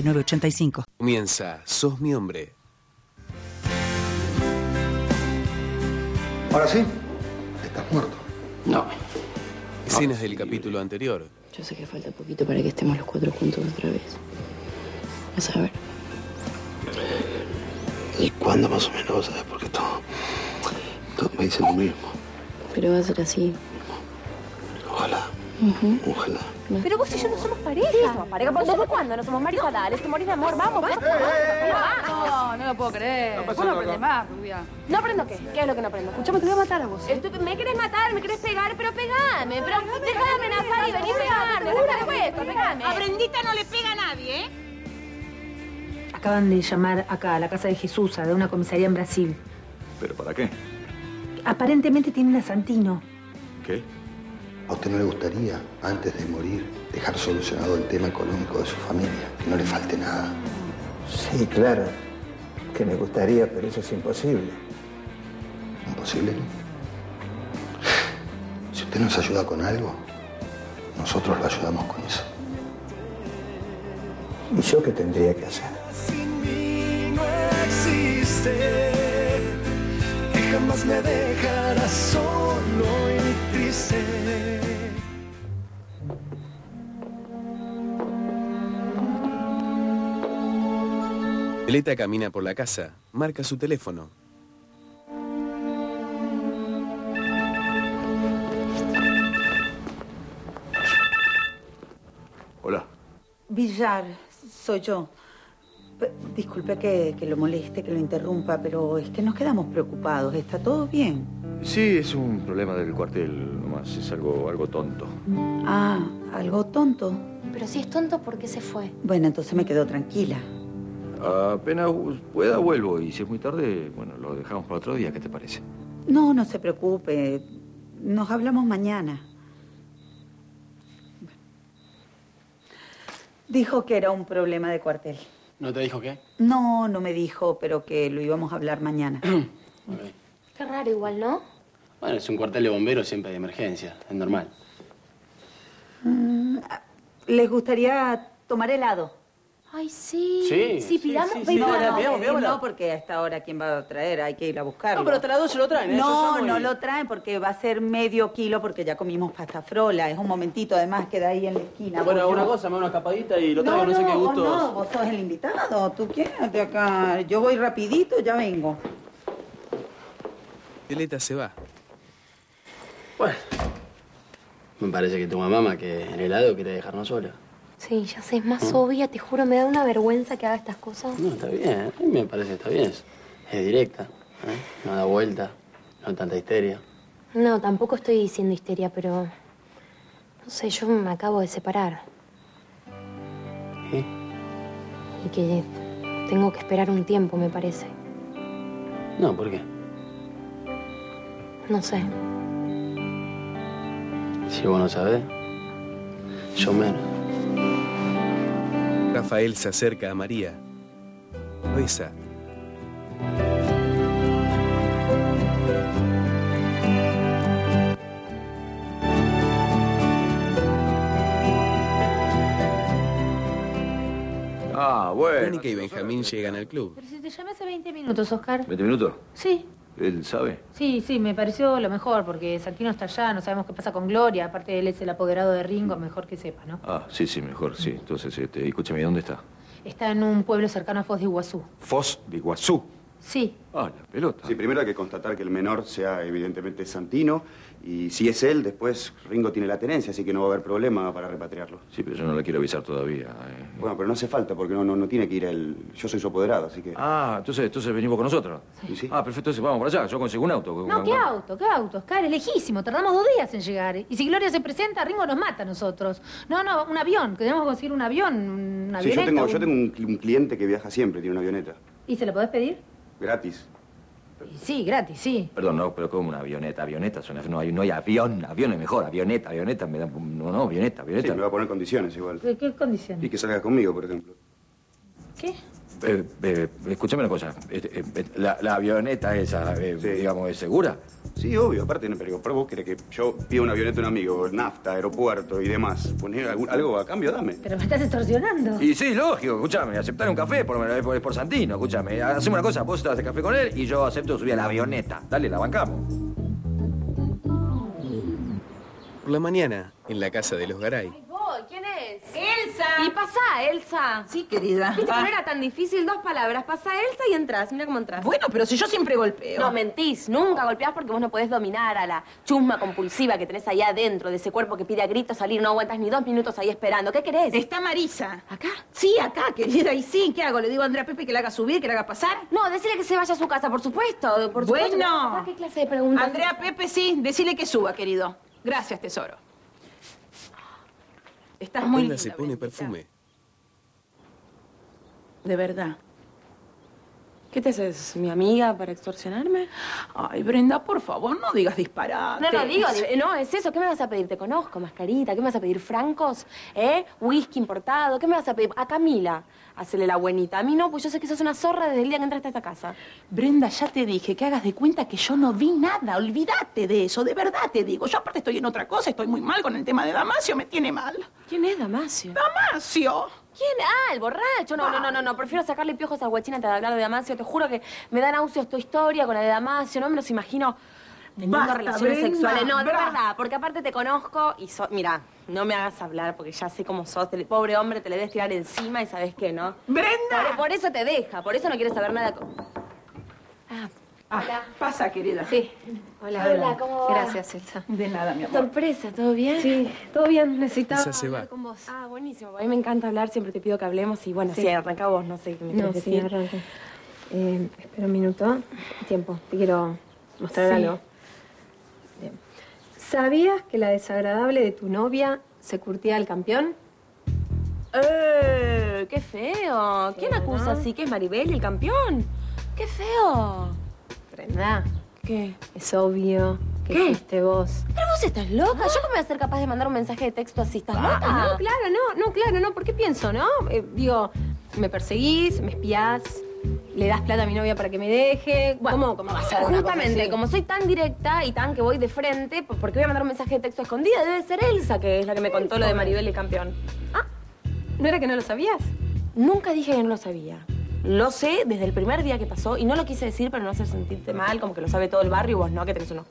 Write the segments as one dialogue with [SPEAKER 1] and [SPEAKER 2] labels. [SPEAKER 1] 985.
[SPEAKER 2] Comienza, sos mi hombre.
[SPEAKER 3] Ahora sí, estás muerto.
[SPEAKER 4] No.
[SPEAKER 2] Escenas del capítulo anterior.
[SPEAKER 4] Yo sé que falta poquito para que estemos los cuatro juntos otra vez. Vas a ver.
[SPEAKER 3] ¿Y cuándo más o menos sabes? Porque todo, todo me dice lo mismo.
[SPEAKER 4] Pero va a ser así.
[SPEAKER 3] Ojalá.
[SPEAKER 4] Ujú.
[SPEAKER 3] Ojalá.
[SPEAKER 5] Pero vos y yo no somos pareja. somos pareja. ¿Vos desde cuándo? No somos marido. Dale, te morís de amor. Vamos, pues. vamos.
[SPEAKER 6] No, no lo puedo creer. Vos no aprendés más, rubia.
[SPEAKER 5] ¿No aprendo qué? ¿Qué es lo que no aprendo? Escuchame, te voy a matar a vos. Me querés matar, me querés pegar, pero pegame. Pero deja de amenazar y vení a pegarme. Déjame puesto, pegame.
[SPEAKER 7] Aprendita no le pega a nadie, ¿eh?
[SPEAKER 8] Acaban de llamar acá a la casa de Jesús, de una comisaría en Brasil.
[SPEAKER 9] ¿Pero para qué?
[SPEAKER 8] Aparentemente tienen a Santino.
[SPEAKER 9] ¿Qué?
[SPEAKER 3] ¿A usted no le gustaría, antes de morir, dejar solucionado el tema económico de su familia? Que no le falte nada.
[SPEAKER 10] Sí, claro, que me gustaría, pero eso es imposible.
[SPEAKER 3] ¿Imposible? Si usted nos ayuda con algo, nosotros lo ayudamos con eso.
[SPEAKER 10] ¿Y yo qué tendría que hacer?
[SPEAKER 11] Sin mí no existe, que jamás me dejará solo y triste.
[SPEAKER 2] Violeta camina por la casa, marca su teléfono.
[SPEAKER 9] Hola.
[SPEAKER 12] Villar, soy yo. P- disculpe que, que lo moleste, que lo interrumpa, pero es que nos quedamos preocupados. ¿Está todo bien?
[SPEAKER 9] Sí, es un problema del cuartel, nomás es algo, algo tonto.
[SPEAKER 12] Ah, algo tonto.
[SPEAKER 5] Pero si es tonto, ¿por qué se fue?
[SPEAKER 12] Bueno, entonces me quedo tranquila.
[SPEAKER 9] Apenas pueda vuelvo y si es muy tarde, bueno, lo dejamos para otro día, ¿qué te parece?
[SPEAKER 12] No, no se preocupe. Nos hablamos mañana. Bueno. Dijo que era un problema de cuartel.
[SPEAKER 13] ¿No te dijo qué?
[SPEAKER 12] No, no me dijo, pero que lo íbamos a hablar mañana.
[SPEAKER 5] Qué raro igual, ¿no?
[SPEAKER 13] Bueno, es un cuartel de bomberos, siempre hay emergencia, es normal.
[SPEAKER 12] Mm, ¿Les gustaría tomar helado?
[SPEAKER 5] Ay, sí.
[SPEAKER 13] Sí, Sí, pidamos- sí, sí, pidamos. sí,
[SPEAKER 12] No,
[SPEAKER 13] pidamos,
[SPEAKER 12] eh,
[SPEAKER 13] pidamos.
[SPEAKER 12] no, porque a esta hora quién va a traer, hay que ir a buscarlo.
[SPEAKER 13] No, pero hasta las 12 lo traen, ¿eh? Eso
[SPEAKER 12] No,
[SPEAKER 13] está muy
[SPEAKER 12] no
[SPEAKER 13] bien.
[SPEAKER 12] lo traen porque va a ser medio kilo porque ya comimos pasta frola. Es un momentito, además queda ahí en la esquina.
[SPEAKER 13] bueno,
[SPEAKER 12] Vos
[SPEAKER 13] una
[SPEAKER 12] no.
[SPEAKER 13] cosa, me da una escapadita y lo traigo,
[SPEAKER 12] No,
[SPEAKER 13] no, sé qué
[SPEAKER 12] vos
[SPEAKER 13] gustos.
[SPEAKER 12] no, vos sos el invitado. Tú quédate acá. Yo voy rapidito, ya vengo.
[SPEAKER 2] Violeta se va.
[SPEAKER 13] Me parece que tu mamá, ma, que el helado quiere dejarnos solos.
[SPEAKER 7] Sí, ya sé, es más
[SPEAKER 13] ¿Mm?
[SPEAKER 7] obvia, te juro, me da una vergüenza que haga estas cosas.
[SPEAKER 13] No, está bien, a mí me parece que está bien. Es, es directa, ¿eh? no da vuelta, no hay tanta histeria.
[SPEAKER 7] No, tampoco estoy diciendo histeria, pero. No sé, yo me acabo de separar.
[SPEAKER 13] ¿Qué?
[SPEAKER 7] Y que tengo que esperar un tiempo, me parece.
[SPEAKER 13] No, ¿por qué?
[SPEAKER 7] No sé.
[SPEAKER 13] Si vos no sabés, yo menos.
[SPEAKER 2] Rafael se acerca a María. Besa.
[SPEAKER 9] Ah, bueno.
[SPEAKER 2] Mónica y Benjamín llegan al club.
[SPEAKER 14] Pero si te llamé hace 20 minutos, Oscar.
[SPEAKER 9] ¿20 minutos?
[SPEAKER 14] Sí,
[SPEAKER 9] ¿Él sabe?
[SPEAKER 14] sí, sí, me pareció lo mejor, porque Santino está allá, no sabemos qué pasa con Gloria. Aparte, él es el apoderado de Ringo, mejor que sepa, ¿no?
[SPEAKER 9] Ah, sí, sí, mejor, sí. Entonces, este, escúchame, ¿dónde está?
[SPEAKER 14] Está en un pueblo cercano a Foz de Iguazú.
[SPEAKER 9] Foz de Iguazú.
[SPEAKER 14] Sí.
[SPEAKER 9] Ah, la pelota.
[SPEAKER 4] Sí, primero hay que constatar que el menor sea evidentemente Santino y si es él, después Ringo tiene la tenencia, así que no va a haber problema para repatriarlo.
[SPEAKER 9] Sí, pero yo no la quiero avisar todavía. eh.
[SPEAKER 4] Bueno, pero no hace falta porque no, no, no tiene que ir el... Yo soy su apoderado, así que...
[SPEAKER 9] Ah, entonces, entonces venimos con nosotros. Ah, perfecto, entonces vamos para allá. Yo consigo un auto.
[SPEAKER 14] No, ¿qué auto? ¿Qué auto? Oscar, es lejísimo. Tardamos dos días en llegar. Y si Gloria se presenta, Ringo nos mata a nosotros. No, no, un avión. que Debemos conseguir un avión, una
[SPEAKER 4] sí, yo
[SPEAKER 14] avioneta.
[SPEAKER 4] tengo,
[SPEAKER 14] un-
[SPEAKER 4] yo tengo un, cli- un cliente que viaja siempre, tiene una avioneta.
[SPEAKER 14] ¿Y se lo podés pedir?
[SPEAKER 4] Gratis.
[SPEAKER 14] Sí, gratis, sí.
[SPEAKER 9] Perdón, no, pero como una avioneta, avioneta, suena- no hay, no hay avión, avión es mejor, avioneta, avioneta, me da, no, no, avioneta, avioneta.
[SPEAKER 4] Sí, me va a poner condiciones igual.
[SPEAKER 14] ¿Qué, qué condiciones?
[SPEAKER 4] Y que salgas conmigo, por ejemplo.
[SPEAKER 14] ¿Qué?
[SPEAKER 9] Eh, eh, escúchame una cosa, eh, eh, la, la avioneta esa, eh, digamos, es segura.
[SPEAKER 4] Sí, obvio, aparte, no, pero, pero vos querés que yo pida una avioneta a un amigo, nafta, aeropuerto y demás. Poner algún- algo a cambio, dame.
[SPEAKER 14] Pero me estás extorsionando.
[SPEAKER 9] Y sí, lógico, escúchame, aceptar un café por, eh, por, por Santino, escúchame. Hacemos una cosa, vos te haces café con él y yo acepto subir a la avioneta. Dale, la bancamos.
[SPEAKER 2] Por la mañana, en la casa de los Garay.
[SPEAKER 5] Voy, ¿quién es? Elsa. Y pasá, Elsa.
[SPEAKER 7] Sí, querida.
[SPEAKER 5] Viste que
[SPEAKER 7] Ah.
[SPEAKER 5] no era tan difícil, dos palabras. Pasá Elsa y entras, mira cómo entras.
[SPEAKER 7] Bueno, pero si yo siempre golpeo.
[SPEAKER 5] No mentís, nunca golpeás porque vos no podés dominar a la chusma compulsiva que tenés ahí adentro de ese cuerpo que pide a gritos salir, no aguantas ni dos minutos ahí esperando. ¿Qué querés?
[SPEAKER 7] Está Marisa. ¿Acá? Sí, acá, querida. Y sí, ¿qué hago? ¿Le digo a Andrea Pepe que la haga subir, que la haga pasar?
[SPEAKER 5] No, decirle que se vaya a su casa, por supuesto. Por supuesto.
[SPEAKER 7] Bueno.
[SPEAKER 5] ¿Qué clase de preguntas?
[SPEAKER 7] Andrea Pepe, sí, decile que suba, querido. Gracias, tesoro. Estás muy
[SPEAKER 2] Brenda
[SPEAKER 7] linda,
[SPEAKER 2] se pone perfume.
[SPEAKER 7] de verdad.
[SPEAKER 15] ¿Qué te haces, mi amiga, para extorsionarme?
[SPEAKER 7] Ay, Brenda, por favor, no digas disparate.
[SPEAKER 5] No, no, digo, di- no, es eso. ¿Qué me vas a pedir? Te conozco, mascarita. ¿Qué me vas a pedir? ¿Francos? ¿Eh? ¿Whisky importado? ¿Qué me vas a pedir? A Camila. Hacele la buenita. A mí no, pues yo sé que sos una zorra desde el día que entraste a esta casa.
[SPEAKER 7] Brenda, ya te dije que hagas de cuenta que yo no vi nada. Olvídate de eso, de verdad te digo. Yo aparte estoy en otra cosa, estoy muy mal con el tema de Damasio, me tiene mal.
[SPEAKER 5] ¿Quién es Damasio?
[SPEAKER 7] ¡Damasio!
[SPEAKER 5] ¿Quién? Ah, el borracho. No, no, no, no, no. Prefiero sacarle piojos a guachina antes de hablar de Damasio. Te juro que me da náuseas tu historia con la de Damasio. No me los imagino teniendo
[SPEAKER 7] Basta,
[SPEAKER 5] relaciones
[SPEAKER 7] Brenda,
[SPEAKER 5] sexuales. No, de
[SPEAKER 7] bra-
[SPEAKER 5] verdad. Porque aparte te conozco y so... Mira, no me hagas hablar porque ya sé cómo sos. Te- Pobre hombre, te le debes tirar encima y sabes qué, ¿no?
[SPEAKER 7] ¡Brenda!
[SPEAKER 5] Por, por eso te deja. Por eso no quieres saber nada. con-
[SPEAKER 7] Ah, Pasa, querida.
[SPEAKER 5] Sí.
[SPEAKER 7] Hola, ¿cómo va?
[SPEAKER 5] Gracias, Elsa.
[SPEAKER 7] De nada, mi amor.
[SPEAKER 5] Sorpresa, ¿todo bien? Sí, todo bien. Necesitaba
[SPEAKER 2] Elsa se va.
[SPEAKER 5] hablar con vos. Ah, buenísimo. A mí me encanta hablar, siempre te pido que hablemos y bueno, sí,
[SPEAKER 12] Sí.
[SPEAKER 5] arranca vos, no sé qué me
[SPEAKER 12] No,
[SPEAKER 5] querés
[SPEAKER 12] sí,
[SPEAKER 5] decir.
[SPEAKER 12] arranca. Eh, espera un minuto. Tiempo. Te quiero mostrar
[SPEAKER 5] Sí.
[SPEAKER 12] algo. Bien. ¿Sabías que la desagradable de tu novia se curtía al campeón?
[SPEAKER 5] ¡Eh! ¡Qué feo! ¿Quién acusa
[SPEAKER 12] ¿no?
[SPEAKER 5] así? ¿Que es Maribel el campeón? ¡Qué feo!
[SPEAKER 12] Brenda.
[SPEAKER 5] ¿Qué?
[SPEAKER 12] Es obvio que
[SPEAKER 5] ¿Qué?
[SPEAKER 12] fuiste vos.
[SPEAKER 5] Pero vos estás loca. Yo no me voy a ser capaz de mandar un mensaje de texto así. ¿Estás
[SPEAKER 12] Ah,
[SPEAKER 5] loca?
[SPEAKER 12] no, claro, no, no, claro, no. ¿Por qué pienso, no? Eh, digo, me perseguís, me espías, le das plata a mi novia para que me deje. ¿Cómo, cómo va a ser una cosa
[SPEAKER 5] Justamente,
[SPEAKER 12] así?
[SPEAKER 5] como soy tan directa y tan que voy de frente, ¿por por qué voy a mandar un mensaje de texto a escondida? Debe ser Elsa, que es la que me contó lo de Maribel el campeón.
[SPEAKER 12] Ah, ¿No era que no lo sabías?
[SPEAKER 5] Nunca dije que no lo sabía. Lo sé desde el primer día que pasó y no lo quise decir para no hacer sentirte mal, como que lo sabe todo el barrio y vos no, que tenés unos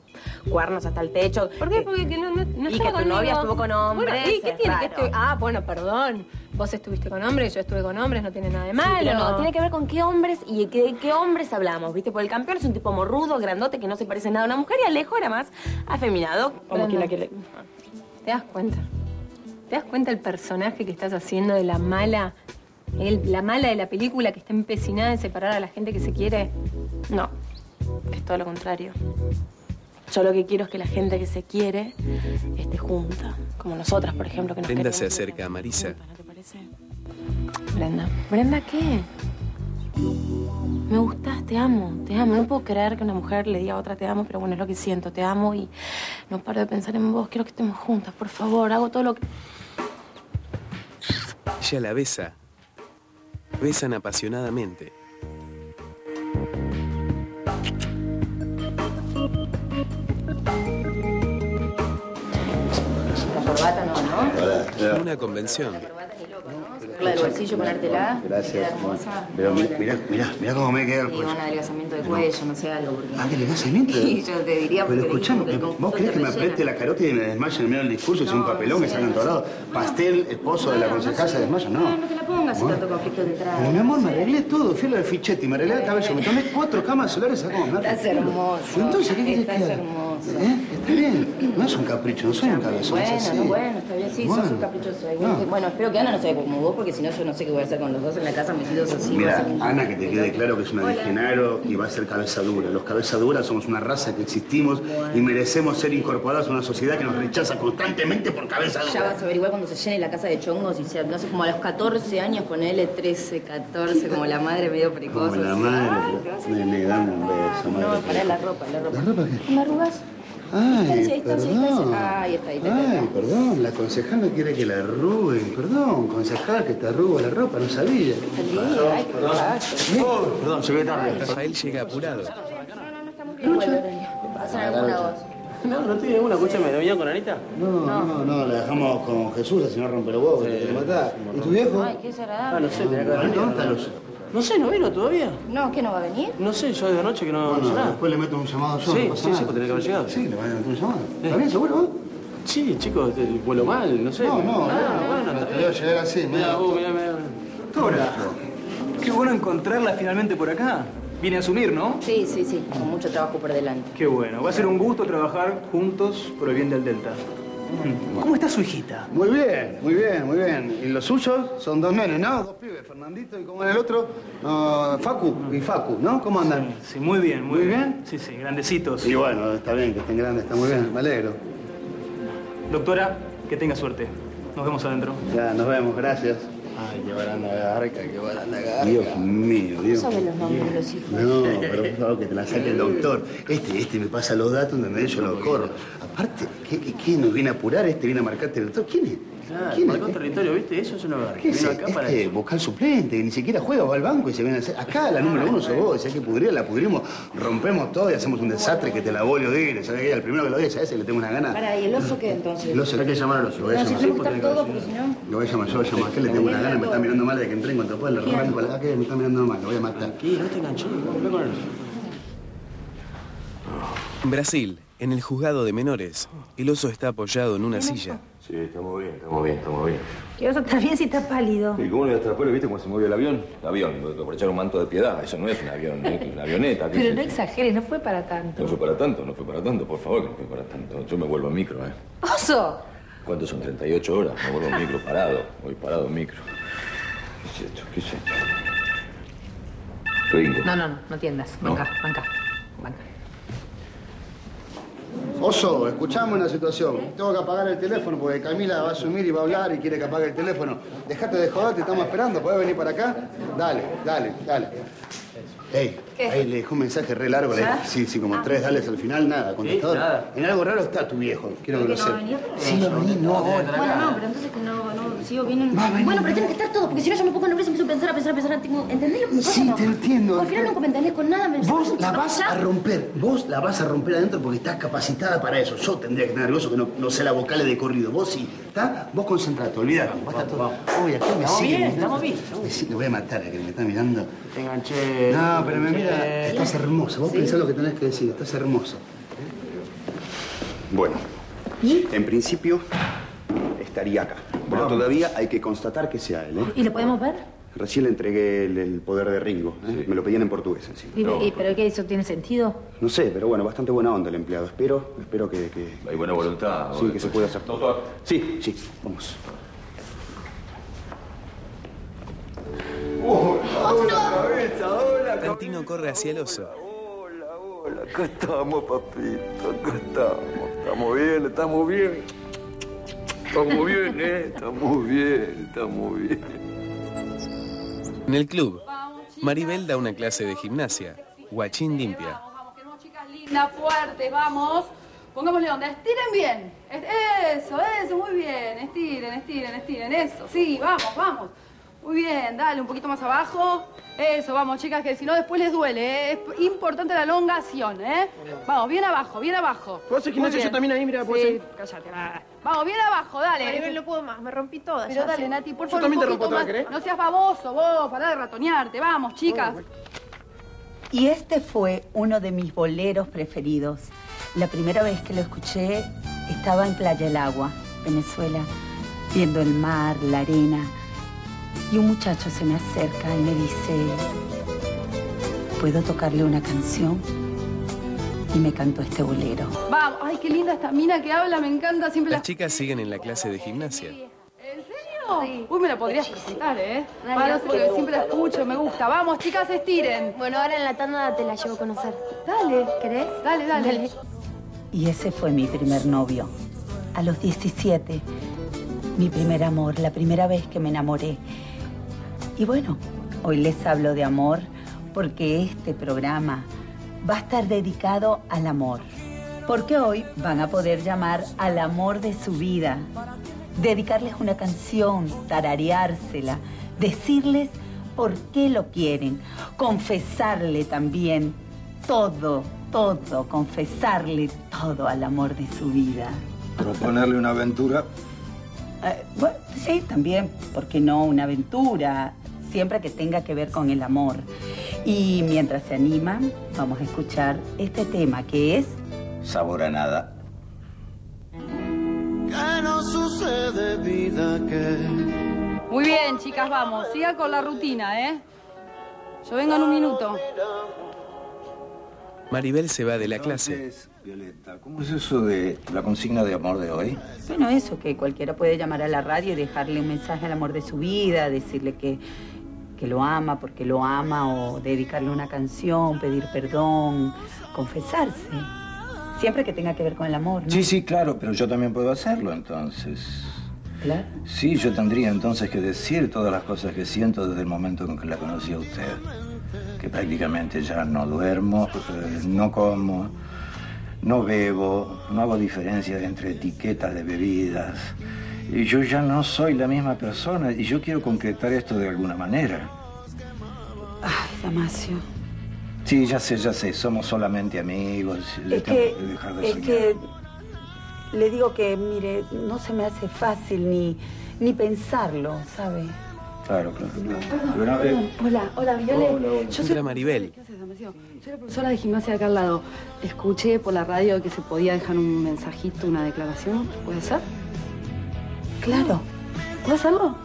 [SPEAKER 5] cuernos hasta el techo. Eh,
[SPEAKER 12] ¿Por qué? Porque que no, no, no estaba
[SPEAKER 5] Y que tu
[SPEAKER 12] conmigo.
[SPEAKER 5] novia estuvo con hombres,
[SPEAKER 12] Bueno, ¿y qué tiene
[SPEAKER 5] es
[SPEAKER 12] que
[SPEAKER 5] raro.
[SPEAKER 14] este?
[SPEAKER 12] estoy? Ah, bueno, perdón. Vos estuviste con hombres, yo estuve con hombres, no tiene nada de
[SPEAKER 5] Sí,
[SPEAKER 12] malo.
[SPEAKER 5] pero no, tiene que ver con qué hombres y de qué, qué hombres hablamos, ¿viste? Porque el campeón es un tipo morrudo, grandote, que no se parece nada a una mujer y Alejo era más afeminado.
[SPEAKER 12] Brenda.
[SPEAKER 5] Como quien la quiere.
[SPEAKER 12] ¿Te das cuenta? ¿Te das cuenta el personaje que estás haciendo de la mala? El- la mala de la película que está empecinada en separar a la gente que se quiere.
[SPEAKER 5] No, es todo lo contrario. Yo lo que quiero es que la gente que se quiere esté junta, como nosotras, por ejemplo, Este que nos
[SPEAKER 2] Brenda
[SPEAKER 5] queremos.
[SPEAKER 2] se acerca a Marisa.
[SPEAKER 5] ¿Te parece? Brenda. ¿Brenda qué? Me gustas, te amo, te amo. No puedo creer que una mujer le diga a otra te amo, pero bueno, es lo que siento, te amo y no paro de pensar en vos. Quiero que estemos juntas, por favor, hago todo lo que...
[SPEAKER 2] Ella la besa. Besan apasionadamente.
[SPEAKER 7] La corbata no, ¿no?
[SPEAKER 2] En una convención,
[SPEAKER 7] La del bolsillo, ponértela.
[SPEAKER 3] Gracias.
[SPEAKER 7] Queda hermosa.
[SPEAKER 3] Pero mi- mirá, mirá, mirá cómo me queda el
[SPEAKER 7] Digo,
[SPEAKER 3] cuello.
[SPEAKER 7] un adelgazamiento de cuello, no sé algo. Porque...
[SPEAKER 3] Ah, adelgazamiento.
[SPEAKER 7] Sí, yo te diría
[SPEAKER 3] Pero
[SPEAKER 7] porque
[SPEAKER 3] escuchame,
[SPEAKER 7] dijiste que con
[SPEAKER 3] ¿vos
[SPEAKER 7] justo
[SPEAKER 3] crees
[SPEAKER 7] te
[SPEAKER 3] que me
[SPEAKER 7] rellena.
[SPEAKER 3] apriete la carota y me desmaya en medio del discurso? Es un
[SPEAKER 7] No,
[SPEAKER 3] papelón que
[SPEAKER 7] sí,
[SPEAKER 3] sacan
[SPEAKER 7] no
[SPEAKER 3] todo
[SPEAKER 7] sé.
[SPEAKER 16] Ah,
[SPEAKER 3] lado. Pastel, esposo de la concejal se desmaya, no.
[SPEAKER 7] No te la
[SPEAKER 5] pongas en tanto conflicto de traje.
[SPEAKER 3] Pero mi amor, me arreglé todo, fui a lo del fichetti, me arreglé el cabello, me tomé cuatro camas solares a comer.
[SPEAKER 5] Estás hermoso.
[SPEAKER 3] Entonces, ¿qué quieres que
[SPEAKER 5] Estás
[SPEAKER 3] haga?
[SPEAKER 5] hermoso.
[SPEAKER 3] ¿Eh? Está bien, no es un capricho, no soy un cabezón. es
[SPEAKER 5] Bueno,
[SPEAKER 3] así.
[SPEAKER 5] no, bueno, está bien, sí, sos
[SPEAKER 3] Bueno. Ah.
[SPEAKER 5] un caprichoso. ahí.
[SPEAKER 3] No.
[SPEAKER 5] Bueno, espero que Ana no sea como vos, porque si no yo no sé qué voy a hacer con los dos en la casa metidos así.
[SPEAKER 3] Mira,
[SPEAKER 5] no sé.
[SPEAKER 3] Ana, que te quede claro que es una de
[SPEAKER 5] Hola.
[SPEAKER 3] Genaro y va a ser cabeza dura. Los cabeza duras somos una raza que existimos y merecemos ser incorporados a una sociedad que nos rechaza constantemente por cabeza
[SPEAKER 5] Ya
[SPEAKER 3] dura.
[SPEAKER 5] vas a averiguar cuando se llene la casa de chongos y sea, no sé, como a los 14 años, ponele 13, 14, como la madre medio precoz.
[SPEAKER 3] Como la
[SPEAKER 5] así.
[SPEAKER 3] madre. Nene, dame un beso, madre.
[SPEAKER 5] No, pará, la ropa, la ropa.
[SPEAKER 3] ¿La ropa qué?
[SPEAKER 5] ¿Me arrugas? Distancia,
[SPEAKER 3] Ay,
[SPEAKER 5] distancia,
[SPEAKER 3] perdón.
[SPEAKER 5] distancia. Ahí está, ahí está. ahí
[SPEAKER 3] Ay, perdón, la concejal no quiere que la arruguen. Perdón, concejal, que te arrugo la ropa, no sabía.
[SPEAKER 5] está. Ay, qué paso.
[SPEAKER 3] Oh, perdón, llegué tarde.
[SPEAKER 2] Rafael llega apurado.
[SPEAKER 5] Pasan alguna voz.
[SPEAKER 13] No, no tiene una, escúchame, ¿no vinieron con Anita?
[SPEAKER 3] No, no, no, la dejamos con Jesús, así no rompe los huevos, que te matás. ¿Y tu viejo?
[SPEAKER 5] Ay, qué desagradable.
[SPEAKER 13] Ah, no sé, tenía que haber
[SPEAKER 3] ¿Dónde
[SPEAKER 13] venido.
[SPEAKER 3] está Luz?
[SPEAKER 13] No sé, no vino todavía.
[SPEAKER 5] No, ¿qué no va a venir?
[SPEAKER 13] No sé, yo de noche que no, no sé
[SPEAKER 3] Bueno,
[SPEAKER 13] nada.
[SPEAKER 3] después le meto un llamado yo.
[SPEAKER 13] Sí,
[SPEAKER 3] no pasa
[SPEAKER 13] sí,
[SPEAKER 3] nada.
[SPEAKER 13] sí, pues tenés que haber llegado.
[SPEAKER 3] Sí, le voy a meter un llamado. ¿Está bien, seguro? vos?
[SPEAKER 13] Sí, chicos, te- vuelo mal, no sé.
[SPEAKER 3] No, no,
[SPEAKER 13] Ah,
[SPEAKER 3] no,
[SPEAKER 13] bueno,
[SPEAKER 3] no,
[SPEAKER 13] está bien.
[SPEAKER 3] te veo llegar así,
[SPEAKER 13] Mirá,
[SPEAKER 3] mira.
[SPEAKER 13] vos, mirá, mirá.
[SPEAKER 11] Tora, qué bueno encontrarla finalmente por acá. Viene a asumir, ¿no?
[SPEAKER 5] Sí, sí, sí, con mucho trabajo por delante.
[SPEAKER 11] Qué bueno. Va a ser un gusto trabajar juntos por el bien del Delta. ¿Cómo está su hijita?
[SPEAKER 3] Muy bien, muy bien, muy bien. Y los suyos son dos nenes, ¿no? Dos pibes, Fernandito y como en el otro, no, Facu y Facu, ¿no? ¿Cómo andan?
[SPEAKER 11] Sí, muy bien, muy, bien. Sí, sí, grandecitos.
[SPEAKER 3] Y bueno, está bien que estén grandes, está muy bien, me alegro.
[SPEAKER 11] Doctora, que tenga suerte. Nos vemos adentro.
[SPEAKER 3] Ya, nos vemos, gracias. Ay, qué baranda garca, qué baranda garca. Dios mío, Dios
[SPEAKER 5] sabe los nombres de los hijos?
[SPEAKER 3] No, pero por favor que te la saque el doctor. Este, este me pasa los datos, ¿entendés? Yo lo corro. Aparte, ¿qué, qué, qué nos viene a apurar? Este viene a marcarte el doctor. ¿Quién es?
[SPEAKER 13] Claro,
[SPEAKER 3] ¿Quién es? este?
[SPEAKER 13] marcó un territorio, ¿viste? Eso es una verga.
[SPEAKER 3] ¿Qué es
[SPEAKER 13] Vino acá para
[SPEAKER 3] este vocal suplente que ni siquiera juega, va al banco y se viene a hacer. Acá la número uno sos vos, ya que pudría, la pudrimos, rompemos todo y hacemos un desastre que te la voy a oír. ¿Sabés qué? Al primero que lo diga, ¿sabés? Le tengo una gana.
[SPEAKER 5] Pará, ¿y el oso qué entonces?
[SPEAKER 3] Lo sé, hay que llamar al oso, voy a
[SPEAKER 5] No, si
[SPEAKER 3] llamar.
[SPEAKER 5] tenemos que estar todos, porque si no...
[SPEAKER 3] Lo voy a llamar yo, voy a llamar. ¿A qué le tengo una gana? Me está mirando mal de que entré en cuanto pueda, le
[SPEAKER 5] ¿Quién?
[SPEAKER 3] rompo la que me está mirando mal, lo voy a matar.
[SPEAKER 13] aquí, no te enganché, volvé con él.
[SPEAKER 2] En Brasil, en el juzgado de menores, el oso está apoyado en una silla.
[SPEAKER 9] Sí, estamos bien, estamos bien, estamos bien.
[SPEAKER 17] Que vos estás bien si estás pálido.
[SPEAKER 9] ¿Y cómo le das pelo? ¿Viste cómo se movió el avión? Avión, por echar un manto de piedad. Eso no es un avión, es una avioneta. ¿qué
[SPEAKER 14] Pero
[SPEAKER 9] sé
[SPEAKER 14] no
[SPEAKER 9] yo?
[SPEAKER 14] exageres, no fue para tanto.
[SPEAKER 9] No fue para tanto, no fue para tanto, por favor, que no fue para tanto. Yo me vuelvo en micro, ¿eh?
[SPEAKER 14] ¡Oso!
[SPEAKER 9] ¿Cuántos son? 38 horas. Me vuelvo en micro parado. Voy parado en micro. ¿Qué es esto? ¿Qué es esto? Ringo.
[SPEAKER 14] No, no, no, no tiendas.
[SPEAKER 9] No.
[SPEAKER 14] Banca, banca.
[SPEAKER 3] Oso, escuchame una situación. Tengo que apagar el teléfono porque Camila va a asumir y va a hablar y quiere que apague el teléfono. Dejate de joder, te estamos esperando. ¿Podés venir para acá? Dale, dale, dale. Ey, ahí le dejó un mensaje re largo. le-
[SPEAKER 5] ¿Ya?
[SPEAKER 3] Sí, sí, como
[SPEAKER 5] Ah.
[SPEAKER 3] tres dales al final, nada, contestador.
[SPEAKER 5] nada.
[SPEAKER 3] En algo raro está tu viejo, quiero que lo
[SPEAKER 5] ¿Que no va a
[SPEAKER 3] sepas.
[SPEAKER 5] venir?
[SPEAKER 3] Sí, va a venir, no, ahora.
[SPEAKER 5] Bueno, no, pero entonces que no, no, si yo vienen... Bueno, pero tienen que estar todos, porque si no yo me pongo nervioso y empiezo a pensar, a pensar, a pensar, tengo... ¿entendés lo que me pasa?
[SPEAKER 3] Sí,
[SPEAKER 5] no?
[SPEAKER 3] te entiendo.
[SPEAKER 5] Al final no comentaré con nada, me...
[SPEAKER 3] Vos la vas
[SPEAKER 5] Ya.
[SPEAKER 3] a romper, vos la vas a romper adentro porque estás capacitada para eso. Yo tendría que estar nervioso que no, no sé la vocales de corrido. Vos sí, ¿está? Vos concentrate, olvídate. Vos estás todo. Uy, acá me
[SPEAKER 13] Estamos
[SPEAKER 3] sigue.
[SPEAKER 13] bien,
[SPEAKER 3] me está-
[SPEAKER 13] estamos bien,
[SPEAKER 3] Me sigue, lo voy a matar a que me está mirando.
[SPEAKER 13] Te enganché.
[SPEAKER 3] No, pero me
[SPEAKER 13] te
[SPEAKER 3] mira,
[SPEAKER 13] enganché.
[SPEAKER 3] estás hermosa. Vos
[SPEAKER 13] Sí.
[SPEAKER 3] pensás lo que tenés que decir, estás hermosa.
[SPEAKER 4] Bueno, en principio estaría acá. Pero todavía hay que constatar que sea él, ¿eh?
[SPEAKER 14] ¿Y lo podemos ver?
[SPEAKER 4] Recién le entregué el, el poder de Ringo. ¿eh? Me lo pedían en portugués encima.
[SPEAKER 14] Y- y- ¿Pero qué? ¿Eso tiene sentido?
[SPEAKER 4] No sé, pero bueno, bastante buena onda el empleado. Espero, espero que... que-
[SPEAKER 9] Hay buena voluntad.
[SPEAKER 4] Sí, que se puede hacer. Sí, sí, vamos.
[SPEAKER 2] Tantino corre hacia el oso.
[SPEAKER 18] Acá estamos, papito, acá estamos. Estamos bien, estamos bien. Estamos bien, eh. Estamos bien, estamos bien.
[SPEAKER 2] En el club, Maribel da una clase de gimnasia. Guachín limpia.
[SPEAKER 6] Linda, fuerte, vamos. Pongámosle onda, estiren bien. Es- Eso, eso, muy bien. Estiren, estiren, estiren. Eso, sí, vamos, vamos. Muy bien, dale, un poquito más abajo. Eso, vamos, chicas, que si no después les duele. ¿eh? Es importante la elongación, ¿eh? Vamos, bien abajo, bien abajo.
[SPEAKER 16] ¿Puedo hacer
[SPEAKER 6] Muy
[SPEAKER 16] gimnasia
[SPEAKER 6] bien.
[SPEAKER 16] yo también ahí? Mira, ¿puedo
[SPEAKER 6] sí,
[SPEAKER 16] hacer?
[SPEAKER 6] cállate. va. Vamos, bien abajo, dale.
[SPEAKER 16] Maribel, no
[SPEAKER 6] puedo más, me rompí toda.
[SPEAKER 16] ya
[SPEAKER 6] Pero dale,
[SPEAKER 16] sé.
[SPEAKER 6] Nati, por
[SPEAKER 16] Yo
[SPEAKER 6] favor,
[SPEAKER 16] también
[SPEAKER 6] un
[SPEAKER 16] te
[SPEAKER 6] poquito
[SPEAKER 16] rompo toda,
[SPEAKER 6] más.
[SPEAKER 16] ¿querés? Oh,
[SPEAKER 6] No seas baboso, vos, pará de ratonearte. Vamos, chicas.
[SPEAKER 12] Y este fue uno de mis boleros preferidos. La primera vez que lo escuché estaba en Playa del Agua, Venezuela, viendo el mar, la arena. Y un muchacho se me acerca y me dice, ¿puedo tocarle una canción? Y me cantó este bolero.
[SPEAKER 6] Vamos, ay, qué linda esta mina que habla, me encanta, siempre
[SPEAKER 2] Las
[SPEAKER 6] la...
[SPEAKER 2] chicas siguen en la clase de gimnasia.
[SPEAKER 6] ¿En serio? Uy, me la podrías presentar, ¿eh? Vale, porque siempre la escucho, me gusta. Vamos, chicas, estiren.
[SPEAKER 19] Bueno, ahora en la tanda te la llevo a conocer.
[SPEAKER 6] Dale.
[SPEAKER 19] ¿Querés?
[SPEAKER 6] Dale, dale.
[SPEAKER 12] Y ese fue mi primer novio. A los 17, mi primer amor, la primera vez que me enamoré. Y bueno, hoy les hablo de amor porque este programa va a estar dedicado al amor. Porque hoy van a poder llamar al amor de su vida, dedicarles una canción, tarareársela, decirles por qué lo quieren, confesarle también todo, todo, confesarle todo al amor de su vida.
[SPEAKER 20] Proponerle una aventura.
[SPEAKER 12] Eh, bueno, sí, también, ¿por qué no? Una aventura, siempre que tenga que ver con el amor. Y mientras se animan, vamos a escuchar este tema que es...
[SPEAKER 21] Sabor a nada.
[SPEAKER 22] Que no sucede vida que...
[SPEAKER 6] Muy bien, chicas, vamos. Siga con la rutina, ¿eh? Yo vengo en un minuto.
[SPEAKER 2] Maribel se va de la clase.
[SPEAKER 11] Violeta, ¿cómo es eso de la consigna de amor de hoy?
[SPEAKER 12] Bueno, eso, que cualquiera puede llamar a la radio y dejarle un mensaje al amor de su vida, decirle que, que lo ama porque lo ama, o dedicarle una canción, pedir perdón, confesarse. Siempre que tenga que ver con el amor, ¿no?
[SPEAKER 11] Sí, sí, claro, pero yo también puedo hacerlo entonces.
[SPEAKER 12] Claro.
[SPEAKER 11] Sí, yo tendría entonces que decir todas las cosas que siento desde el momento en que la conocí a usted. Que prácticamente ya no duermo, eh, no como, no bebo, no hago diferencia entre etiquetas de bebidas. Y yo ya no soy la misma persona y yo quiero concretar esto de alguna manera.
[SPEAKER 12] Ay, Damasio.
[SPEAKER 11] Sí, ya sé, ya sé, somos solamente amigos. yo
[SPEAKER 12] Es
[SPEAKER 11] tengo
[SPEAKER 12] que,
[SPEAKER 11] dejar de
[SPEAKER 12] es
[SPEAKER 11] soñar.
[SPEAKER 12] que le digo que, mire, no se me hace fácil ni, ni pensarlo, ¿sabe?
[SPEAKER 11] Claro, claro. claro. Bueno, eh,
[SPEAKER 23] Hola, hola, Violet. Yo soy
[SPEAKER 2] Era Maribel.
[SPEAKER 23] soy la profesora de gimnasia de acá al lado. Escuché por la radio que se podía dejar un mensajito, una declaración. ¿Puede ser?
[SPEAKER 12] Claro.
[SPEAKER 23] ¿Puedo hacerlo?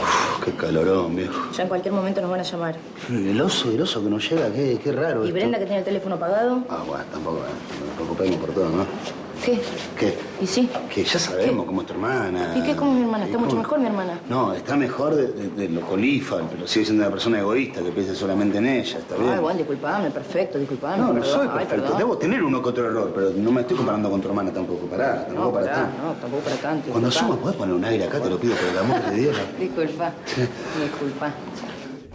[SPEAKER 3] Uf, qué calorón, viejo.
[SPEAKER 24] Ya en cualquier momento nos van a llamar.
[SPEAKER 3] El oso, el oso que no llega, qué, qué raro.
[SPEAKER 24] Y
[SPEAKER 3] esto.
[SPEAKER 24] Brenda que tiene el teléfono apagado.
[SPEAKER 3] Ah, bueno, tampoco, eh, no nos preocupemos por todo, ¿no?
[SPEAKER 24] ¿Qué?
[SPEAKER 3] ¿Qué?
[SPEAKER 24] Y sí.
[SPEAKER 3] Que ya sabemos cómo es tu hermana.
[SPEAKER 24] ¿Y qué es como mi hermana?
[SPEAKER 3] ¿Y
[SPEAKER 24] Está mucho
[SPEAKER 3] cómo?
[SPEAKER 24] mejor mi hermana.
[SPEAKER 3] No, está mejor de, de- de lo colifa, pero sigue siendo una persona egoísta que piensa solamente en ella, ¿está bien?
[SPEAKER 24] Ay, Ah, bueno, disculpame, perfecto, disculpame.
[SPEAKER 3] No, no
[SPEAKER 24] perdón.
[SPEAKER 3] soy
[SPEAKER 24] Ay,
[SPEAKER 3] perfecto.
[SPEAKER 24] perdón. Ah.
[SPEAKER 3] Debo tener uno que otro error, pero no me estoy comparando con tu hermana tampoco. Pará, tampoco
[SPEAKER 24] No,
[SPEAKER 3] para
[SPEAKER 24] pará,
[SPEAKER 3] tanto.
[SPEAKER 24] no, tampoco para tanto.
[SPEAKER 3] Cuando
[SPEAKER 24] disculpá.
[SPEAKER 3] suba, ¿podés poner un aire acá? Te lo pido por el amor de Dios.
[SPEAKER 24] Disculpa, disculpa.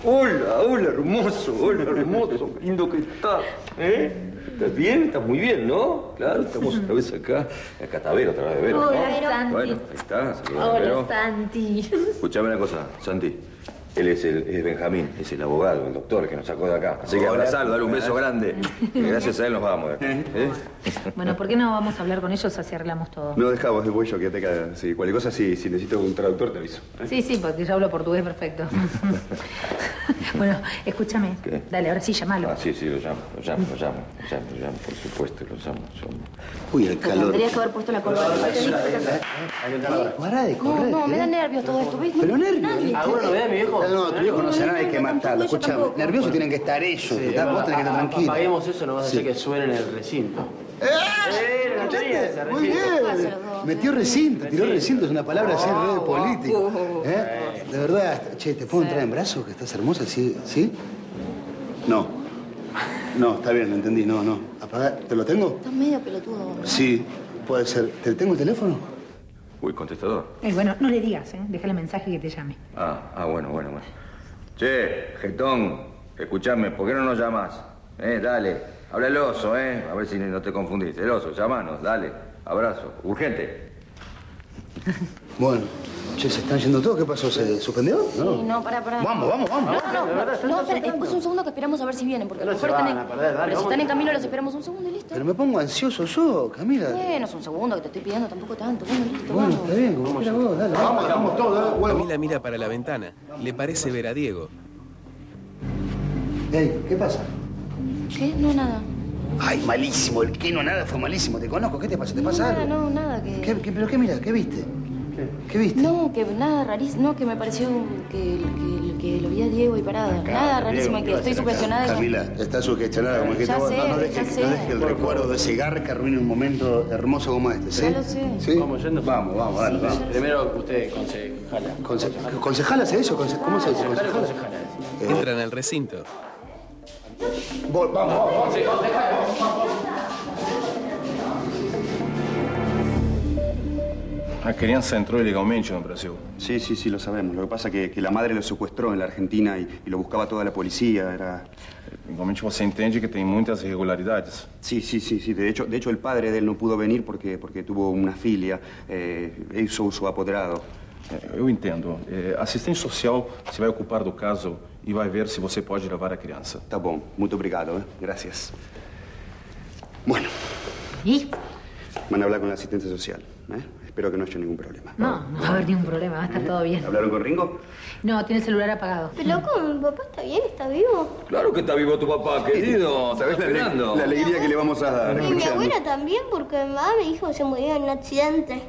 [SPEAKER 9] Hola, hola, hermoso, hola, hermoso, qué lindo que estás. ¿Eh? ¿Estás bien? Estás muy bien, ¿no? Claro, estamos otra vez acá. Acá está Vero, otra vez Vero, ¿no?
[SPEAKER 24] Hola, Santi.
[SPEAKER 9] Bueno, ahí está, saludamos a Vero.
[SPEAKER 24] Santi.
[SPEAKER 9] Escuchame una cosa, Santi. Él es, el, es Benjamín, es el abogado, el doctor que nos sacó de acá. Así que
[SPEAKER 11] Hola.
[SPEAKER 9] abrazalo, dale un beso grande. Que Gracias a él nos vamos. ¿eh? ¿Eh?
[SPEAKER 14] Bueno, ¿por qué no vamos a hablar con ellos así arreglamos todo?
[SPEAKER 11] No, dejá vos, voy yo, quédate acá. Sí, cualquier cosa, si, si necesito un traductor, te aviso.
[SPEAKER 14] Sí, sí, porque yo hablo portugués perfecto. bueno, escúchame.
[SPEAKER 9] ¿Qué?
[SPEAKER 14] Dale, ahora sí, llamalo.
[SPEAKER 9] Ah, sí, sí, lo llamo, lo llamo, lo llamo, lo llamo, lo llamo, por supuesto, lo llamo, lo llamo.
[SPEAKER 3] Uy, el
[SPEAKER 24] Tendrías que haber puesto la corbata.
[SPEAKER 3] Pará de
[SPEAKER 24] No,
[SPEAKER 3] correr. ¿eh?
[SPEAKER 24] no, me da nervios todo esto, ¿ves?
[SPEAKER 3] Pero
[SPEAKER 24] Nadie.
[SPEAKER 3] nervios.
[SPEAKER 4] Ah,
[SPEAKER 3] No, tu viejo no será
[SPEAKER 24] nadie
[SPEAKER 3] nadie que matarlo. Escuchame, nerviosos tienen que estar ellos.
[SPEAKER 4] Sí,
[SPEAKER 3] ¿tá? Vos tenés que estar
[SPEAKER 4] a- a-
[SPEAKER 3] tranquilo.
[SPEAKER 4] Apaguemos eso, no vas a
[SPEAKER 3] Sí.
[SPEAKER 4] hacer que suene en el recinto.
[SPEAKER 3] ¡Eh!
[SPEAKER 4] no tenía ese
[SPEAKER 3] Muy bien.
[SPEAKER 4] recinto. Oh.
[SPEAKER 3] Metió recinto, tiró recinto, es una palabra así re de político. ¿eh? De verdad, che, ¿te puedo entrar en brazos? Que estás hermosa, ¿sí? ¿Sí? No. No, está bien, lo entendí, no, no. Apaga, ¿te lo tengo?
[SPEAKER 24] Estás medio pelotudo.
[SPEAKER 3] Sí, puede ser. ¿Te tengo el teléfono?
[SPEAKER 9] Uy, contestador.
[SPEAKER 14] Eh, bueno, no le digas, ¿eh? Déjale mensaje que te llame.
[SPEAKER 9] Ah, ah, bueno, bueno, bueno. Che, Getón, escuchame, ¿por qué no nos llamas? Eh, dale. Habla el oso, eh. A ver si no te confundís. El oso, llamanos, dale. Abrazo. Urgente.
[SPEAKER 3] Bueno. Che, ¿se están yendo todos? ¿Qué pasó? ¿Se suspendió?
[SPEAKER 24] Sí, no, pará, pará.
[SPEAKER 3] Vamos, vamos, vamos.
[SPEAKER 24] No, no, no, no, no, espera, después un segundo que esperamos a ver si vienen, porque a lo
[SPEAKER 3] No se
[SPEAKER 24] mejor están
[SPEAKER 3] van
[SPEAKER 24] en,
[SPEAKER 3] a perder, dale,
[SPEAKER 24] pero si
[SPEAKER 3] vamos.
[SPEAKER 24] están en camino los esperamos un segundo y listo.
[SPEAKER 3] Pero me pongo ansioso yo, Camila.
[SPEAKER 24] Bueno, es un segundo que te estoy pidiendo, tampoco tanto. Bueno, listo,
[SPEAKER 3] Bueno,
[SPEAKER 24] vamos.
[SPEAKER 3] está bien, como quieras vos, dale. Vamos, ¿eh? vamos todos, dale.
[SPEAKER 2] Camila mira para la ventana. Le parece ver a Diego.
[SPEAKER 3] Ey, ¿qué pasa? ¿eh?
[SPEAKER 24] ¿Qué? No, nada.
[SPEAKER 3] Ay, malísimo, el que no nada fue malísimo. Te conozco, ¿qué te pasa? ¿Te pasa
[SPEAKER 24] Nada,
[SPEAKER 3] algo?
[SPEAKER 24] no, nada que...
[SPEAKER 3] ¿Qué, qué- pero qué mira, qué viste? viste? ¿Qué viste?
[SPEAKER 24] No, que nada rarísimo. No, que me pareció que, que, que lo vi a Diego y parada. nada rarísimo, que estoy sugestionada. y-
[SPEAKER 3] Camila, está sugestionada como que
[SPEAKER 24] Ya
[SPEAKER 3] no,
[SPEAKER 24] sé,
[SPEAKER 3] no, no deje,
[SPEAKER 24] ya sé.
[SPEAKER 3] no deje el recuerdo de ese gar que arruine un momento hermoso como este. ¿sí?
[SPEAKER 24] Ya lo sé.
[SPEAKER 3] ¿Sí? Vamos, vamos, vamos, dale, vamos.
[SPEAKER 13] Primero usted, concejala.
[SPEAKER 3] Conce- ¿Concejal hace eso? Conce- ¿Cómo se dice?
[SPEAKER 13] Concejala,
[SPEAKER 3] ¿Concejal?
[SPEAKER 13] concejala.
[SPEAKER 2] Entran al recinto.
[SPEAKER 3] Vol- Vamos, vamos, vamos.
[SPEAKER 7] La crianza entró Ah, ilegalmente en Brasil.
[SPEAKER 4] Sí, sí, sí, lo sabemos. Lo que pasa es que, que la madre lo secuestró en la Argentina y, y lo buscaba toda la policía. Era...
[SPEAKER 7] Igualmente você entende que tem muitas irregularidades.
[SPEAKER 4] Sí, sí, sí, sí. De hecho, de hecho el padre de él no pudo venir porque, porque tuvo una filia. Eh, hizo uso apoderado.
[SPEAKER 7] Eh, Eu entendo. É, assistente social se vai ocupar do caso e vai ver se você pode levar a criança.
[SPEAKER 4] Tá bom. Muito obrigado, eh. Gracias.
[SPEAKER 14] ¿Y?
[SPEAKER 4] Van a hablar con la asistente social. ¿eh? Espero que no haya ningún problema.
[SPEAKER 14] No, no va a haber ningún problema, va a estar todo bien.
[SPEAKER 4] ¿Hablaron con Ringo?
[SPEAKER 14] No, tiene el celular apagado.
[SPEAKER 25] Pero loco, mi papá está bien, está vivo.
[SPEAKER 9] Claro que está vivo tu papá, querido. ¿Sabés la,
[SPEAKER 4] ale- la alegría que le vamos a dar?
[SPEAKER 25] Y mi
[SPEAKER 4] escuchá.
[SPEAKER 25] abuela también, porque mi mamá me dijo que se murió en un accidente.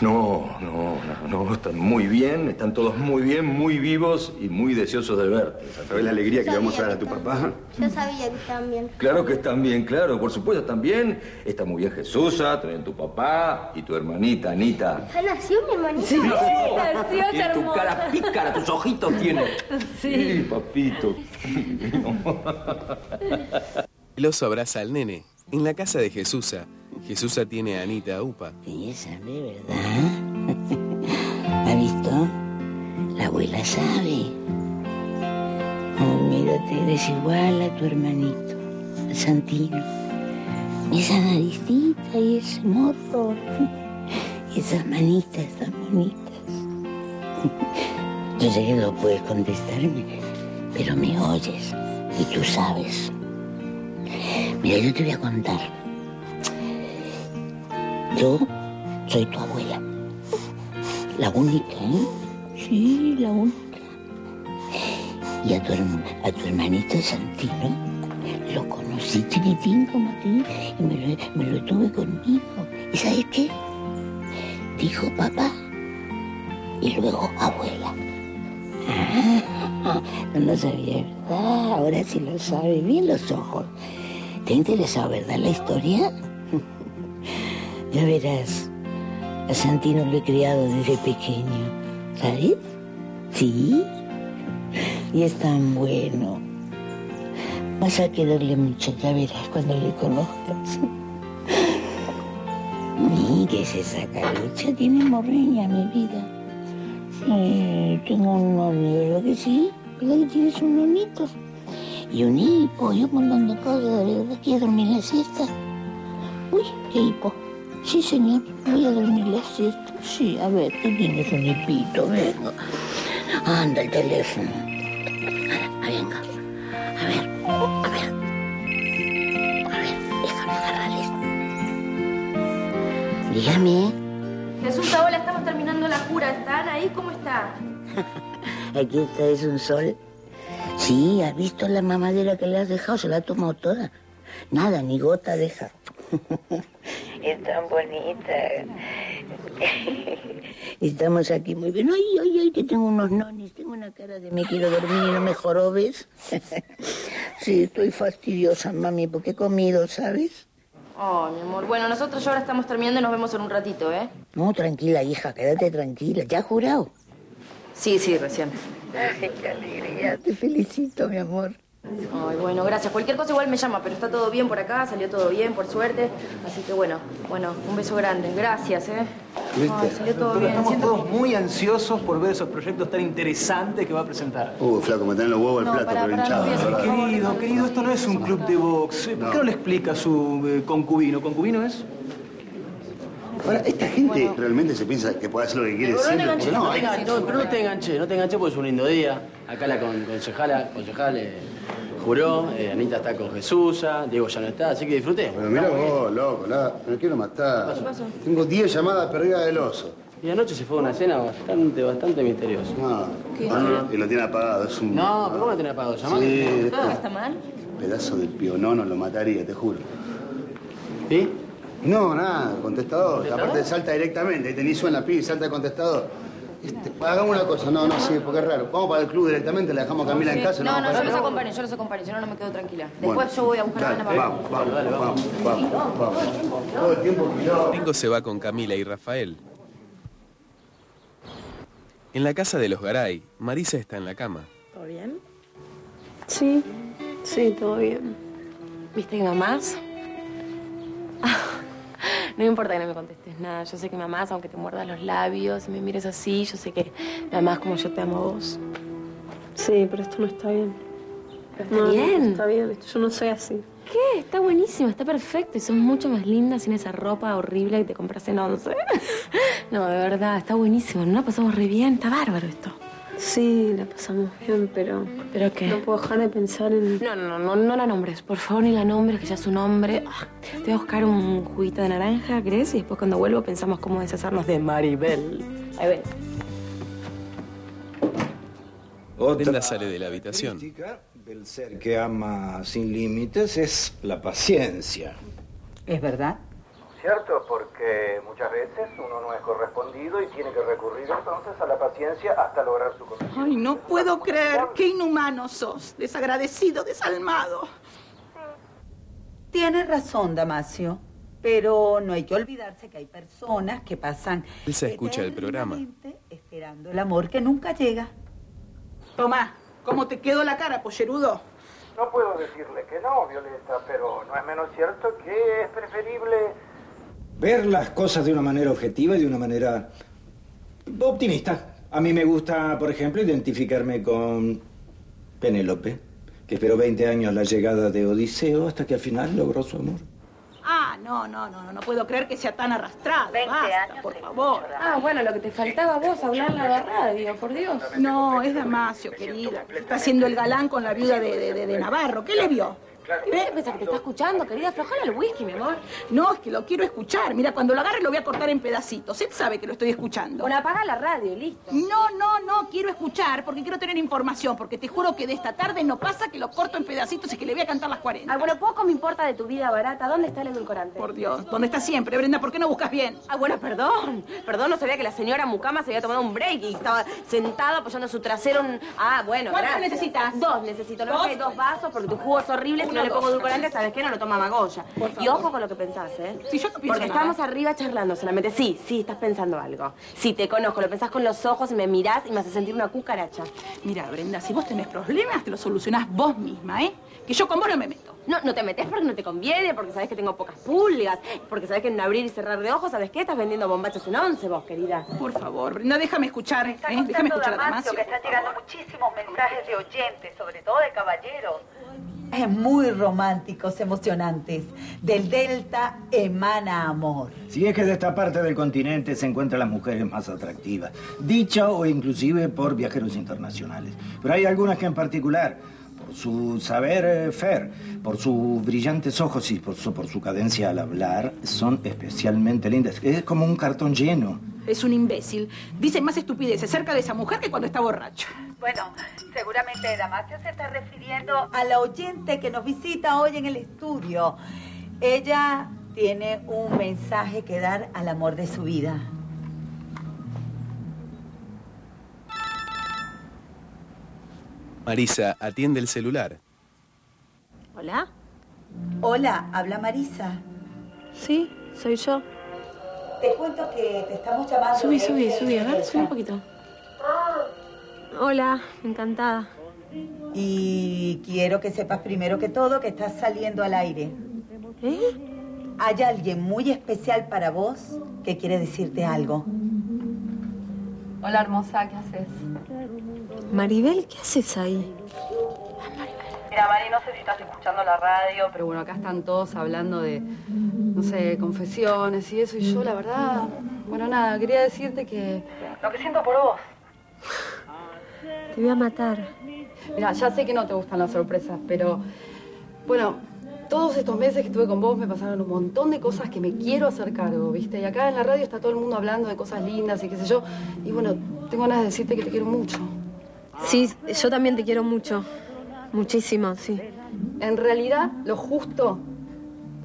[SPEAKER 9] No, no, no, no, están muy bien, están todos muy bien, muy vivos y muy deseosos de verte.
[SPEAKER 4] ¿Sabés la alegría que le vamos a dar a tu papá?
[SPEAKER 25] Yo sabía que estaban bien.
[SPEAKER 9] Claro que están bien, claro, por supuesto, están bien. Está muy bien Jesusa, también tu papá y tu hermanita Anita.
[SPEAKER 25] ¿Ya nació mi hermanita? Sí,
[SPEAKER 9] Nació.
[SPEAKER 25] nació,
[SPEAKER 9] y tu
[SPEAKER 25] hermosa.
[SPEAKER 9] cara pícara, tus ojitos tiene.
[SPEAKER 25] Sí.
[SPEAKER 9] papito.
[SPEAKER 2] El oso abraza al nene. En la casa de Jesusa, Jesusa tiene a Anita Upa.
[SPEAKER 16] Y esa
[SPEAKER 3] ¿Eh?
[SPEAKER 16] ¿verdad? ¿Ha visto? La abuela sabe. Oh, mírate, eres igual a tu hermanito, Santino. Esa naricita y ese morro. Y esas manitas tan bonitas. Yo sé que no puedes contestarme, pero me oyes y tú sabes. Mira, yo te voy a contar. Yo soy tu abuela. La única, ¿eh? Sí, la única. Y a tu, herm- a tu hermanito Santino lo conocí chiquitín como a ti y me lo, me lo tuve conmigo. ¿Y sabes qué? Dijo papá y luego abuela. Ah, no lo sabía, ¿verdad? Ahora sí lo sabe. Bien los ojos. ¿Te ha interesado, verdad, la historia? Ya verás, a Santino lo he criado desde pequeño, ¿sabes? Sí. Y es tan bueno. Vas a quererle mucho, ya verás cuando le conozcas. Y que es esa calucha, tiene morreña, mi vida. Eh, tengo un hornero que sí, ¿verdad que tienes un hornito? Y un hipo, y un montón de cosas, de verdad, ¿quieres dormir la siesta? Uy, qué hipo. Sí, señor, voy a dormir la siesta. Sí, a ver, tú tienes un hipito, venga. Anda, el teléfono. Ah, Venga, a ver, a ver. A ver, déjame agarrar esto. Dígame,
[SPEAKER 26] Jesús, hola, estamos terminando la cura. ¿Están ahí? ¿Cómo está?
[SPEAKER 16] aquí está, es un sol. Sí, ¿has visto la mamadera que le has dejado? Se la ha tomado toda. Nada, ni gota deja. Es tan bonita. Estamos aquí muy bien. Ay, ay, ay, que tengo unos nonis, tengo una cara de me quiero dormir y no me jorobes. sí, estoy fastidiosa, mami, porque he comido, ¿sabes?
[SPEAKER 26] Oh, mi amor. Bueno, nosotros ya ahora estamos terminando y nos vemos en un ratito, ¿eh?
[SPEAKER 16] No, tranquila, hija, quédate tranquila. ¿Ya has jurado?
[SPEAKER 26] Sí, sí, recién.
[SPEAKER 16] Ay, qué alegría. Te felicito, mi amor.
[SPEAKER 26] Ay, bueno, gracias. Cualquier cosa igual me llama, pero está todo bien por acá, salió todo bien, por suerte. Así que bueno, bueno, un beso grande. Gracias, ¿eh? Ay,
[SPEAKER 3] ¿Viste?
[SPEAKER 26] salió todo
[SPEAKER 27] Doctora,
[SPEAKER 26] bien.
[SPEAKER 27] Estamos
[SPEAKER 26] Siento
[SPEAKER 27] todos muy ansiosos por ver esos proyectos tan interesantes que va a presentar.
[SPEAKER 3] Uh, flaco, me tenés los huevos al
[SPEAKER 27] No,
[SPEAKER 3] plato,
[SPEAKER 27] pará,
[SPEAKER 3] pero
[SPEAKER 27] pará,
[SPEAKER 3] hinchado,
[SPEAKER 27] no voy a hacer
[SPEAKER 3] la
[SPEAKER 27] favor.
[SPEAKER 3] verdad.
[SPEAKER 27] Querido, querido, esto no es un club de box. Eh, ¿Por qué no le explica a su eh, concubino? ¿Concubino es?
[SPEAKER 3] Ahora, esta gente realmente se piensa que puede hacer lo que quiere
[SPEAKER 13] Pero no, te
[SPEAKER 3] siempre.
[SPEAKER 13] enganches,
[SPEAKER 3] porque
[SPEAKER 13] no,
[SPEAKER 3] no,
[SPEAKER 13] te
[SPEAKER 3] hay-
[SPEAKER 13] enganches, no, pero no te enganché, no te enganché porque es un lindo día. Acá la con- concejala, concejal eh, juró, eh, Anita está con Jesusa, Diego ya no está, así que disfruté.
[SPEAKER 3] Pero mirá vos, oh, loco, la, me quiero matar. Ah,
[SPEAKER 13] ¿Qué pasó?
[SPEAKER 3] Tengo 10 llamadas perdidas del oso.
[SPEAKER 13] Y anoche se fue a una cena bastante, bastante misteriosa.
[SPEAKER 3] No, Ah, no, no, y lo tiene apagado, es un
[SPEAKER 13] No, pero ¿cómo lo tenés apagado? Llamá.
[SPEAKER 3] Sí,
[SPEAKER 27] Ah,
[SPEAKER 13] que-
[SPEAKER 3] esto-
[SPEAKER 26] ¿Está mal?
[SPEAKER 3] pedazo de pionono lo mataría, te juro.
[SPEAKER 13] ¿Sí?
[SPEAKER 3] No, nada, contestador.
[SPEAKER 28] ¿Contestador?
[SPEAKER 3] Aparte salta directamente, ahí tenés suena pi, salta el contestador. Este, hagamos una cosa, no, no, sí, porque es raro. Vamos para el club directamente, la dejamos a Camila en casa.
[SPEAKER 29] No, no, yo
[SPEAKER 3] vamos
[SPEAKER 29] los
[SPEAKER 3] para
[SPEAKER 29] acompaño, yo los acompaño, si no, no me quedo tranquila. Después
[SPEAKER 3] Bueno.
[SPEAKER 29] yo voy a buscar a
[SPEAKER 3] Dale,
[SPEAKER 29] Ana para-
[SPEAKER 3] vamos, vamos, vamos, vamos, vamos. Todo el tiempo que yo-
[SPEAKER 2] Ringo se va con Camila y Rafael. En la casa de los Garay, Marisa está en la cama.
[SPEAKER 5] ¿Todo bien? Sí, sí, todo bien. ¿Viste que mamás? No importa que no me contestes nada. Yo sé que mamás, aunque te muerdas los labios y me mires así, yo sé que mamás como yo te amo a vos. Sí, pero esto no está bien. está No, no,
[SPEAKER 14] bien.
[SPEAKER 5] Está bien, esto- yo no soy así.
[SPEAKER 14] ¿Qué? Está buenísimo, está perfecto y sos mucho más linda sin esa ropa horrible que te compras en Once. No, de verdad, está buenísimo, ¿no? Pasamos re bien, está bárbaro esto.
[SPEAKER 5] Sí, la pasamos bien, pero.
[SPEAKER 14] ¿Pero qué?
[SPEAKER 5] No puedo dejar de pensar en.
[SPEAKER 14] No, no, no, no, no la nombres, por favor, ni la nombres, que ya es un hombre. Ah, te voy a buscar un juguito de naranja, ¿crees? Y después cuando vuelvo pensamos cómo deshacernos de Maribel. Ahí ven.
[SPEAKER 2] Brenda sale de la habitación.
[SPEAKER 11] El ser que ama sin límites es la paciencia.
[SPEAKER 12] ¿Es verdad?
[SPEAKER 30] Cierto, porque Eh, muchas veces uno no es correspondido y tiene que recurrir entonces a la paciencia hasta lograr su cometido.
[SPEAKER 7] Ay, no puedo creer. Qué inhumano sos. Desagradecido, desalmado.
[SPEAKER 12] Tienes razón, Damasio. Pero no hay que olvidarse que hay personas que pasan
[SPEAKER 2] Elsa escucha el programa.
[SPEAKER 12] esperando el amor que nunca llega.
[SPEAKER 7] Tomá, ¿cómo te quedó la cara, pollerudo?
[SPEAKER 30] No puedo decirle que no, Violeta, pero no es menos cierto que es preferible
[SPEAKER 11] Ver las cosas de una manera objetiva y de una manera optimista. A mí me gusta, por ejemplo, identificarme con Penélope, que esperó 20 años la llegada de Odiseo hasta que al final logró su amor.
[SPEAKER 7] Ah, no, no, no, no, no puedo creer que sea tan arrastrado. Basta, por favor.
[SPEAKER 5] Ah, bueno, lo que te faltaba a vos, hablarla de la radio, por Dios.
[SPEAKER 7] No, es Damasio, querida. que Está haciendo el galán con la viuda de, de- de- de Navarro. ¿Qué le vio? ¿Eh?
[SPEAKER 5] ¿Y vos qué pensás que te está escuchando, querida? Aflojala el whisky, mi amor.
[SPEAKER 7] No, es que lo quiero escuchar. Mira, cuando lo agarre lo voy a cortar en pedacitos. Él sabe que lo estoy escuchando.
[SPEAKER 5] Bueno, apaga la radio, listo.
[SPEAKER 7] No, no, no, quiero escuchar porque quiero tener información, porque te juro que de esta tarde no pasa que lo corto en pedacitos y que le voy a cantar las 40.
[SPEAKER 5] Ah, bueno, poco me importa de tu vida barata. ¿Dónde está el edulcorante?
[SPEAKER 7] Por Dios, ¿dónde está siempre, Brenda? ¿Por qué no buscas bien?
[SPEAKER 5] Ah, bueno, perdón. Perdón, no sabía que la señora Mucama se había tomado un break y estaba sentada apoyando su trasero en... Ah, bueno,
[SPEAKER 7] ¿Cuántos
[SPEAKER 5] gracias.
[SPEAKER 7] necesitas?
[SPEAKER 5] Dos necesito. Lo
[SPEAKER 7] ¿Dos?
[SPEAKER 5] que pasa es que hay dos vasos porque tu jugo es horrible. Si
[SPEAKER 7] Uno,
[SPEAKER 5] no le pongo
[SPEAKER 7] dos.
[SPEAKER 5] edulcorante, ¿sabes qué? No lo toma Magoya. Y ojo con lo que pensás, ¿eh?
[SPEAKER 7] Sí, yo no pienso
[SPEAKER 5] Porque
[SPEAKER 7] nada.
[SPEAKER 5] estábamos arriba charlando solamente. Sí, sí, estás pensando algo. Sí, te conozco. Lo pensás con los ojos, me mirás y me haces sentir una cucaracha.
[SPEAKER 7] Mira, Brenda, si vos tenés problemas, te los solucionás vos misma, ¿eh? Que yo con vos no me meto.
[SPEAKER 5] No, no te metes porque no te conviene, porque sabes que tengo pocas pulgas, porque sabes que en un abrir y cerrar de ojos, ¿sabes qué? Estás vendiendo bombachos en once, vos, querida.
[SPEAKER 7] Por favor, Brenda, déjame escuchar, ¿eh? Déjame escuchar a Damasio.
[SPEAKER 6] que están llegando muchísimos mensajes de oyentes, sobre todo de caballeros.
[SPEAKER 12] Muy románticos, emocionantes. Del Delta emana amor.
[SPEAKER 11] Si es que de esta parte del continente se encuentran las mujeres más atractivas, dicha o inclusive por viajeros internacionales. Pero hay algunas que en particular, por su saber eh, fer, por sus brillantes ojos y por su, por su cadencia al hablar, son especialmente lindas. Es como un cartón lleno.
[SPEAKER 7] Es un imbécil. Dice más estupideces cerca de esa mujer que cuando está borracho.
[SPEAKER 6] Bueno, seguramente Damasio se está refiriendo
[SPEAKER 12] A la oyente que nos visita hoy en el estudio. Ella tiene un mensaje que dar al amor de su vida.
[SPEAKER 2] Marisa atiende el celular.
[SPEAKER 12] Hola. Hola, habla Marisa.
[SPEAKER 5] Sí, soy yo.
[SPEAKER 12] Te cuento que te estamos llamando.
[SPEAKER 5] Subí,
[SPEAKER 12] de-
[SPEAKER 5] subí, subí. A ver, subí un poquito. Hola, encantada.
[SPEAKER 12] Y quiero que sepas primero que todo que estás saliendo al aire.
[SPEAKER 5] ¿Eh?
[SPEAKER 12] Hay alguien muy especial para vos que quiere decirte algo.
[SPEAKER 6] Hola, hermosa, ¿qué haces?
[SPEAKER 5] Maribel, ¿qué haces ahí?
[SPEAKER 6] Mira, Mari, no sé si estás escuchando la radio, pero bueno, acá están todos hablando de, no sé, confesiones y eso, y yo, la verdad, bueno, nada, quería decirte que... Lo que siento por vos.
[SPEAKER 5] Te voy a matar.
[SPEAKER 6] Mira, ya sé que no te gustan las sorpresas, pero bueno, todos estos meses que estuve con vos me pasaron un montón de cosas que me quiero hacer cargo, ¿viste? Y acá en la radio está todo el mundo hablando de cosas lindas y qué sé yo. Y bueno, tengo ganas de decirte que te quiero mucho.
[SPEAKER 5] Sí, yo también te quiero mucho. Muchísimo, sí.
[SPEAKER 6] En realidad, lo justo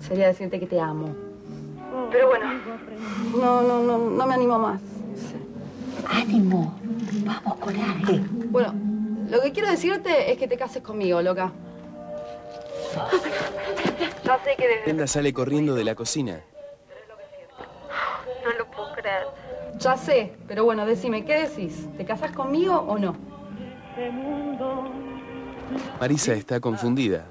[SPEAKER 6] sería decirte que te amo. Pero bueno, no, no, no, no me animo más.
[SPEAKER 16] Ánimo, vamos, coraje.
[SPEAKER 31] Bueno, lo que quiero decirte es que te cases conmigo, loca.
[SPEAKER 6] Ya sé que desde...
[SPEAKER 2] Brenda sale corriendo de la cocina.
[SPEAKER 6] No lo puedo creer.
[SPEAKER 31] Ya sé, pero bueno, decime, ¿qué decís? ¿Te casas conmigo o no?
[SPEAKER 2] Marisa está confundida.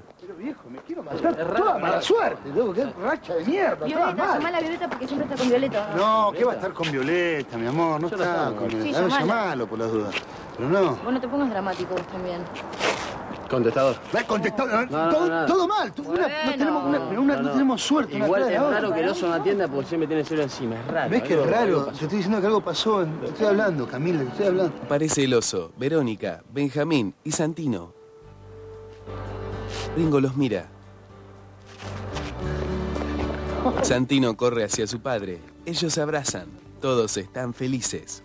[SPEAKER 3] Toda mala suerte, loco, qué racha de mierda, todas
[SPEAKER 24] Violeta,
[SPEAKER 3] mal.
[SPEAKER 24] llamala a Violeta porque siempre está con Violeta.
[SPEAKER 3] No, ¿qué va a estar con Violeta, mi amor? No
[SPEAKER 24] Yo la
[SPEAKER 3] está
[SPEAKER 24] llamo.
[SPEAKER 3] con
[SPEAKER 24] Sí,
[SPEAKER 3] Violeta. A ver,
[SPEAKER 24] llamala.
[SPEAKER 3] llamalo por las dudas. Pero no.
[SPEAKER 24] Vos no te pongas dramático vos también.
[SPEAKER 13] Contestador.
[SPEAKER 3] Contestador.
[SPEAKER 13] No, no,
[SPEAKER 3] todo,
[SPEAKER 13] no.
[SPEAKER 3] todo mal. tú- una- no tenemos, una- una- no tenemos suerte. una
[SPEAKER 13] Igual
[SPEAKER 3] atrás de
[SPEAKER 13] es
[SPEAKER 3] la otra.
[SPEAKER 13] raro que el oso no atienda porque siempre tiene cero encima. Es raro. ¿eh?
[SPEAKER 3] ¿Ves que es
[SPEAKER 13] algo-
[SPEAKER 3] raro?
[SPEAKER 13] algo
[SPEAKER 3] Te
[SPEAKER 13] pasó.
[SPEAKER 3] estoy diciendo que algo pasó. Te estoy hablando, Camila, te estoy hablando.
[SPEAKER 2] Aparece el oso, Verónica, Benjamín y Santino. Ringo los mira. Santino corre hacia su padre. Ellos se abrazan. Todos están felices.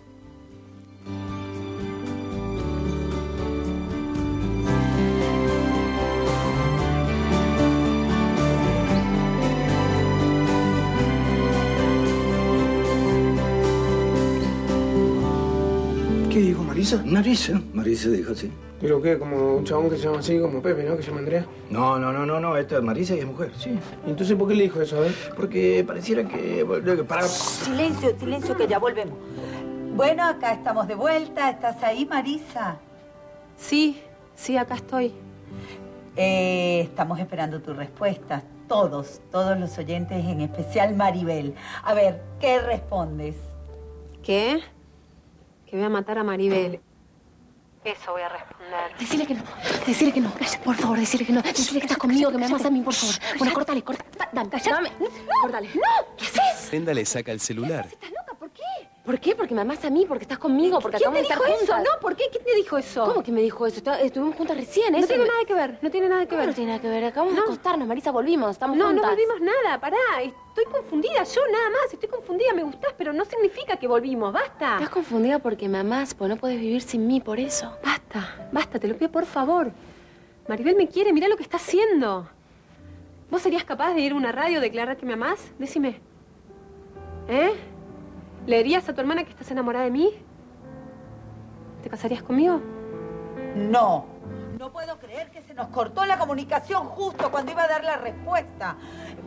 [SPEAKER 27] ¿Qué dijo Marisa?
[SPEAKER 11] Marisa. Marisa dijo sí.
[SPEAKER 27] ¿Pero qué? Como un chabón que se llama así, como Pepe, ¿no? Que se llama Andrea.
[SPEAKER 11] No, no, no, no, no, esta es Marisa y es mujer, sí.
[SPEAKER 27] Entonces, ¿por qué le dijo eso, a ver?
[SPEAKER 11] Porque pareciera que... que para...
[SPEAKER 12] Silencio, silencio, que ya volvemos. Bueno, acá estamos de vuelta. ¿Estás ahí, Marisa? Sí, sí, acá estoy. Eh, estamos esperando tu respuesta. Todos, todos los oyentes, en especial Maribel. A ver, ¿qué respondes?
[SPEAKER 5] ¿Qué? Que voy a matar a Maribel. Eso voy a responder.
[SPEAKER 19] Decirle que no, decirle que no, calla, por favor, decirle que no, decirle que estás conmigo, que me amas a mí, por favor. Bueno, cortale, cortale, dame, dame, cortale. ¡No! ¿Qué haces?
[SPEAKER 2] Brenda le saca el celular.
[SPEAKER 5] ¿Por qué? Porque me amas a mí, porque estás conmigo, porque
[SPEAKER 19] ¿Quién te
[SPEAKER 5] acabamos de estar
[SPEAKER 19] dijo eso?
[SPEAKER 5] juntas.
[SPEAKER 19] No, ¿por qué? ¿Quién te dijo eso?
[SPEAKER 5] ¿Cómo que me dijo eso? Está- Estuvimos juntas recién,
[SPEAKER 25] ¿eh?
[SPEAKER 19] No
[SPEAKER 5] eso.
[SPEAKER 19] tiene
[SPEAKER 5] nada que ver, no tiene nada que ver. No tiene nada que ver, acabamos de acostarnos, Marisa, volvimos, estamos
[SPEAKER 19] No,
[SPEAKER 5] juntas.
[SPEAKER 19] no volvimos nada, pará. Ah, Estoy confundida, yo nada más, estoy confundida, me gustás, pero no significa que volvimos, basta.
[SPEAKER 5] Estás confundida porque me amás, porque no puedes vivir sin mí, por eso.
[SPEAKER 19] Basta, basta, te lo pido por favor. Maribel me quiere, mirá lo que está haciendo. ¿Vos serías capaz de ir a una radio a declarar que me amás? Decime. ¿Eh? ¿Le dirías a tu hermana que estás enamorada de mí? ¿Te casarías conmigo?
[SPEAKER 12] No. No puedo creer que se nos cortó la comunicación justo cuando iba a dar la respuesta.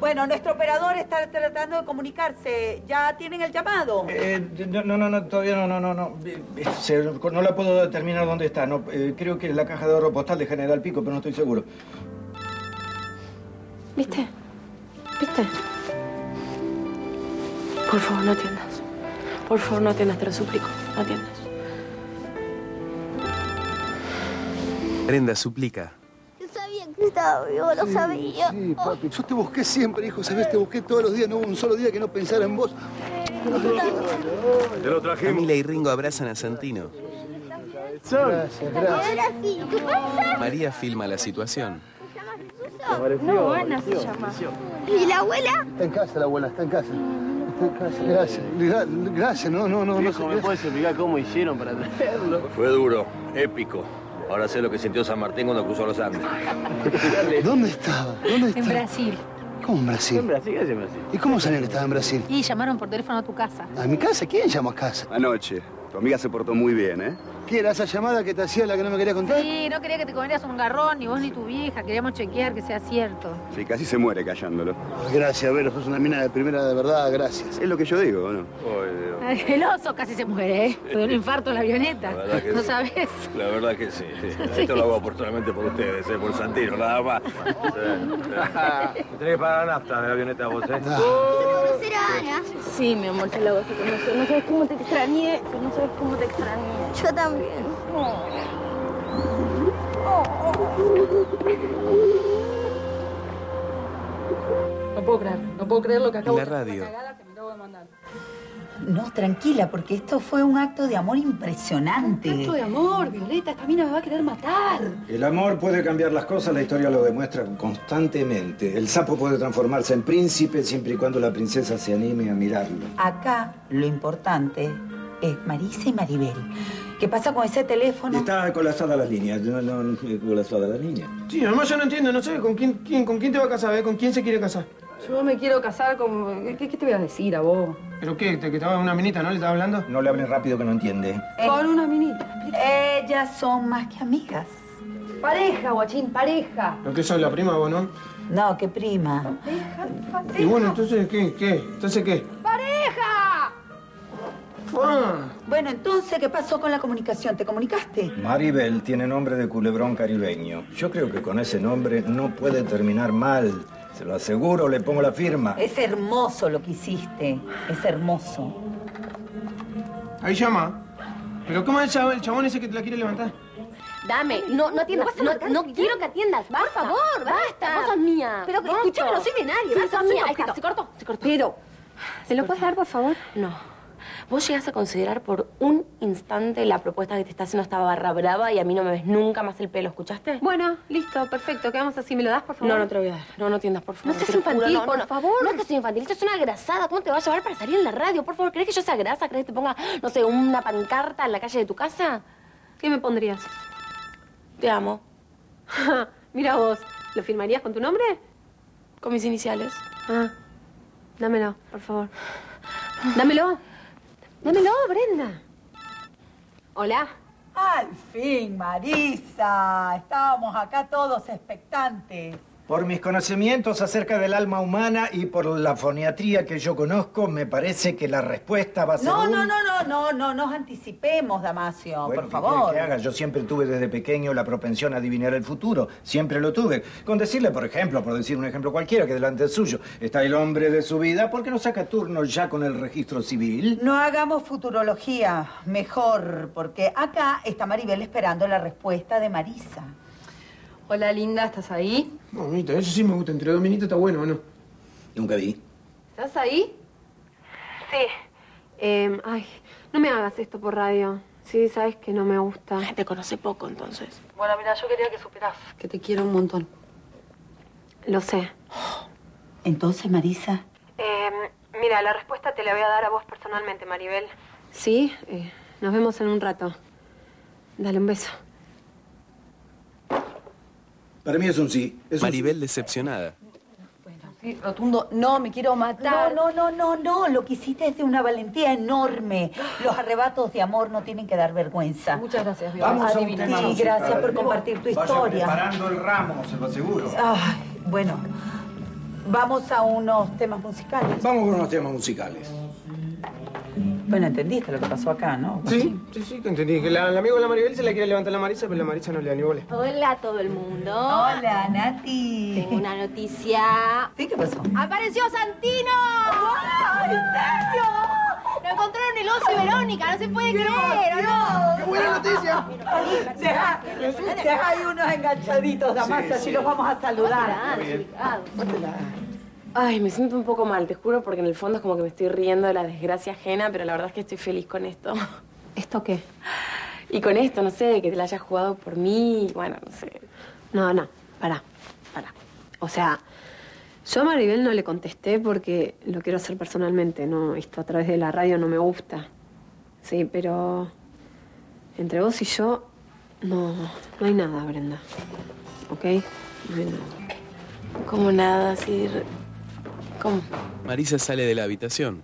[SPEAKER 12] Bueno, nuestro operador está tratando de comunicarse. ¿Ya tienen el llamado?
[SPEAKER 11] Eh, no, no, no, no, todavía no, no, no, no. Eh, eh, se- no la puedo determinar dónde está. No, Eh, creo que es la caja de oro postal de General Pico, pero no estoy seguro.
[SPEAKER 5] ¿Viste? ¿Viste? Por favor, no atiendas. Por favor, no atiendas, te lo suplico. No atiendas.
[SPEAKER 2] Brenda suplica.
[SPEAKER 25] Yo sabía que estaba vivo, lo
[SPEAKER 3] Sí,
[SPEAKER 25] sabía.
[SPEAKER 3] Sí, papi, yo te busqué siempre, hijo, sabés, te busqué todos los días, no hubo un solo día que no pensara en vos.
[SPEAKER 2] Camila y Ringo abrazan a Santino.
[SPEAKER 3] Gracias, gracias.
[SPEAKER 25] Ahora sí, ¿qué pasa?
[SPEAKER 2] María filma la situación.
[SPEAKER 25] No, Ana se llama. ¿Y la abuela?
[SPEAKER 3] Está en casa la abuela, está en casa. Está en casa, gracias. Gra- gracias, no, no, no. no
[SPEAKER 13] Viejo, ¿me puedes explicar cómo hicieron para traerlo?
[SPEAKER 9] Fue duro, épico. Ahora sé lo que sintió San Martín cuando cruzó los Andes.
[SPEAKER 3] ¿Dónde estaba? ¿Dónde
[SPEAKER 14] En
[SPEAKER 3] estaba?
[SPEAKER 14] Brasil.
[SPEAKER 3] ¿Cómo en Brasil?
[SPEAKER 14] En
[SPEAKER 3] Brasil?
[SPEAKER 13] ¿Qué hace Brasil?
[SPEAKER 3] ¿Y cómo sabían que estaba en Brasil?
[SPEAKER 14] Y llamaron por teléfono a tu casa.
[SPEAKER 3] ¿A mi casa? ¿Quién llamó a casa?
[SPEAKER 4] Anoche, tu amiga se portó muy bien, ¿eh?
[SPEAKER 3] ¿Qué era esa llamada que te hacía la que no me quería contar?
[SPEAKER 14] Sí, no quería que te comieras un garrón, ni vos ni tu vieja. Queríamos chequear que sea cierto.
[SPEAKER 4] Sí, casi se muere callándolo.
[SPEAKER 3] Gracias, Vero, sos una mina de primera de verdad, gracias.
[SPEAKER 4] Es lo que yo digo, ¿o ¿no?
[SPEAKER 14] Ay, El oso casi se muere, ¿eh? Fue un infarto en la avioneta.
[SPEAKER 9] La verdad que
[SPEAKER 14] ¿No
[SPEAKER 9] sí.
[SPEAKER 14] sabes?
[SPEAKER 9] La verdad que sí. sí.
[SPEAKER 14] Sí.
[SPEAKER 9] Esto lo hago oportunamente por ustedes, eh, por Santino, nada más.
[SPEAKER 20] Tenés que pagar la nafta de la avioneta vos, ¿eh?
[SPEAKER 25] ¿Conocer a Ana? Sí, mi amor, te la vas a conocer. No sabes cómo te extrañé, no sabes cómo te extrañé. Yo también.
[SPEAKER 31] No puedo creer, no puedo creer lo que acabo
[SPEAKER 12] En la
[SPEAKER 31] de hacer,
[SPEAKER 12] radio.
[SPEAKER 31] la cagada que me acabo de mandar.
[SPEAKER 12] No, tranquila, porque esto fue un acto de amor impresionante.
[SPEAKER 31] Acto de amor, Violeta, esta mina me va a querer matar.
[SPEAKER 11] El amor puede cambiar las cosas, la historia lo demuestra constantemente. El sapo puede transformarse en príncipe siempre y cuando la princesa se anime a mirarlo.
[SPEAKER 12] Acá lo importante es Marisa y Maribel. ¿Qué pasa con ese teléfono?
[SPEAKER 11] Está colapsada las líneas, no, no, no, colapsada las líneas.
[SPEAKER 27] Sí, además yo no entiendo, no sé con quién, quién- con quién te va a casar, ¿eh? ¿Con quién se quiere casar?
[SPEAKER 6] Yo no me quiero casar con... ¿Qué, qué te voy a decir a vos?
[SPEAKER 14] ¿Pero qué? ¿Te, ¿Que estaba una minita, no le estaba hablando?
[SPEAKER 32] No le hables rápido que no entiende.
[SPEAKER 6] Con una minita.
[SPEAKER 33] Ellas son más que amigas.
[SPEAKER 6] Pareja, guachín, pareja.
[SPEAKER 14] ¿Pero qué sos la prima vos, no?
[SPEAKER 33] No, qué prima.
[SPEAKER 14] Y bueno, entonces, ¿qué? ¿Qué? ¿Entonces qué?
[SPEAKER 6] ¡Pareja!
[SPEAKER 33] Bueno, entonces, ¿qué pasó con la comunicación? ¿Te comunicaste?
[SPEAKER 32] Maribel tiene nombre de culebrón caribeño. Yo creo que con ese nombre no puede terminar mal. Se lo aseguro, le pongo la firma.
[SPEAKER 33] Es hermoso lo que hiciste. Es hermoso.
[SPEAKER 14] Ahí llama. ¿Pero cómo es el chabón- el chabón ese que te la quiere levantar?
[SPEAKER 5] Dame, no, no atiendas,
[SPEAKER 14] ¿Vas a
[SPEAKER 5] no,
[SPEAKER 14] marcar?
[SPEAKER 5] no quiero que atiendas, por favor, basta. Vos sos mía. Pero Punto. escuchame, no soy de nadie, Sí, basta, sos soy mía. un Ahí está, objeto. se cortó, se cortó. Pero, ¿me lo puedes dar, por favor? No. Vos llegás a considerar por un instante la propuesta que te está haciendo esta barra brava y a mí no me ves nunca más el pelo, ¿escuchaste?
[SPEAKER 7] Bueno, listo, perfecto. Quedamos así. ¿Me lo das, por favor?
[SPEAKER 5] No, no te lo voy a dar. No, no tiendas, por favor. No seas te lo juro, infantil, no, por no. favor. No es que soy infantil, esto es una grasada. ¿Cómo te va a llevar para salir en la radio? Por favor, ¿crees que yo sea grasa? ¿Crees que te ponga, no sé, una pancarta en la calle de tu casa?
[SPEAKER 7] ¿Qué me pondrías?
[SPEAKER 5] Te amo.
[SPEAKER 7] Mira vos, ¿lo firmarías con tu nombre?
[SPEAKER 5] Con mis iniciales.
[SPEAKER 7] Ah, dámelo, por favor. Dámelo. Dámelo, Brenda. Hola.
[SPEAKER 12] Al fin, Marisa. Estábamos acá todos expectantes.
[SPEAKER 11] Por mis conocimientos acerca del alma humana y por la foniatría que yo conozco, me parece que la respuesta va a ser
[SPEAKER 12] No,
[SPEAKER 11] un-
[SPEAKER 12] no, no, no, no, no nos anticipemos, Damasio,
[SPEAKER 11] Bueno,
[SPEAKER 12] por
[SPEAKER 11] ¿qué querés
[SPEAKER 12] favor.
[SPEAKER 11] que haga? Yo siempre tuve desde pequeño la propensión a adivinar el futuro. Siempre lo tuve. Con decirle, por ejemplo, por decir un ejemplo cualquiera, que delante del suyo está el hombre de su vida, ¿por qué no saca turno ya con el registro civil?
[SPEAKER 12] No hagamos futurología, mejor, porque acá está Maribel esperando la respuesta de Marisa.
[SPEAKER 6] Hola, linda, ¿estás ahí?
[SPEAKER 14] No, minita, eso sí me gusta. Entre dos minitas está bueno, ¿o no?
[SPEAKER 11] Nunca vi.
[SPEAKER 6] ¿Estás ahí?
[SPEAKER 7] Sí. Em, ay, no me hagas esto por radio. Sí, sabes que no me gusta.
[SPEAKER 5] Te conoce poco, entonces.
[SPEAKER 6] Bueno, mira, yo quería que supieras que te quiero un montón.
[SPEAKER 7] Lo sé.
[SPEAKER 33] Entonces, Marisa,
[SPEAKER 7] Em, mira, la respuesta te la voy a dar a vos personalmente, Maribel. Sí, eh, nos vemos en un rato. Dale un beso.
[SPEAKER 11] Para mí es un sí.
[SPEAKER 2] Maribel decepcionada.
[SPEAKER 12] Sí, rotundo, no, me quiero matar. No, no, no, no, no, lo que hiciste es de una valentía enorme. Los arrebatos de amor no tienen que dar vergüenza. Muchas gracias,
[SPEAKER 11] Vamos a un tema
[SPEAKER 12] Sí,
[SPEAKER 11] musical.
[SPEAKER 12] gracias por compartir tu
[SPEAKER 11] Vaya
[SPEAKER 12] historia.
[SPEAKER 11] preparando el ramo, se lo aseguro.
[SPEAKER 12] Ay, bueno, vamos a unos temas musicales.
[SPEAKER 11] Vamos con unos temas musicales.
[SPEAKER 12] Bueno, entendiste lo que pasó acá, ¿no?
[SPEAKER 14] Sí, sí, sí, que entendí. Que la- el amigo de la Maribel se la quiere levantar a la Marisa, pero la Marisa no le da ni bola.
[SPEAKER 5] Hola a todo el mundo.
[SPEAKER 12] Hola, Nati.
[SPEAKER 5] Tengo una noticia.
[SPEAKER 12] ¿Sí? ¿Qué pasó?
[SPEAKER 5] ¡Apareció Santino! ¡Ay, serio! Lo encontraron el oso y Verónica, no se puede creer, ¿o no?
[SPEAKER 12] ¡Qué buena noticia! Deja, deja ahí unos enganchaditos, Damasio,
[SPEAKER 5] Sí,
[SPEAKER 12] así
[SPEAKER 5] sí.
[SPEAKER 12] los vamos a saludar.
[SPEAKER 5] Ay, me siento un poco mal, te juro, porque en el fondo es como que me estoy riendo de la desgracia ajena, pero la verdad es que estoy feliz con esto.
[SPEAKER 7] ¿Esto qué?
[SPEAKER 5] Y con esto, no sé, que te la hayas jugado por mí, bueno, no sé.
[SPEAKER 7] No, no, pará, pará. O sea, yo a Maribel no le contesté porque lo quiero hacer personalmente, ¿no? Esto a través de la radio no me gusta. Sí, pero entre vos y yo, no, no hay nada, Brenda. ¿Ok? No hay nada.
[SPEAKER 5] Como nada, así... re- ¿Cómo?
[SPEAKER 2] Marisa sale de la habitación.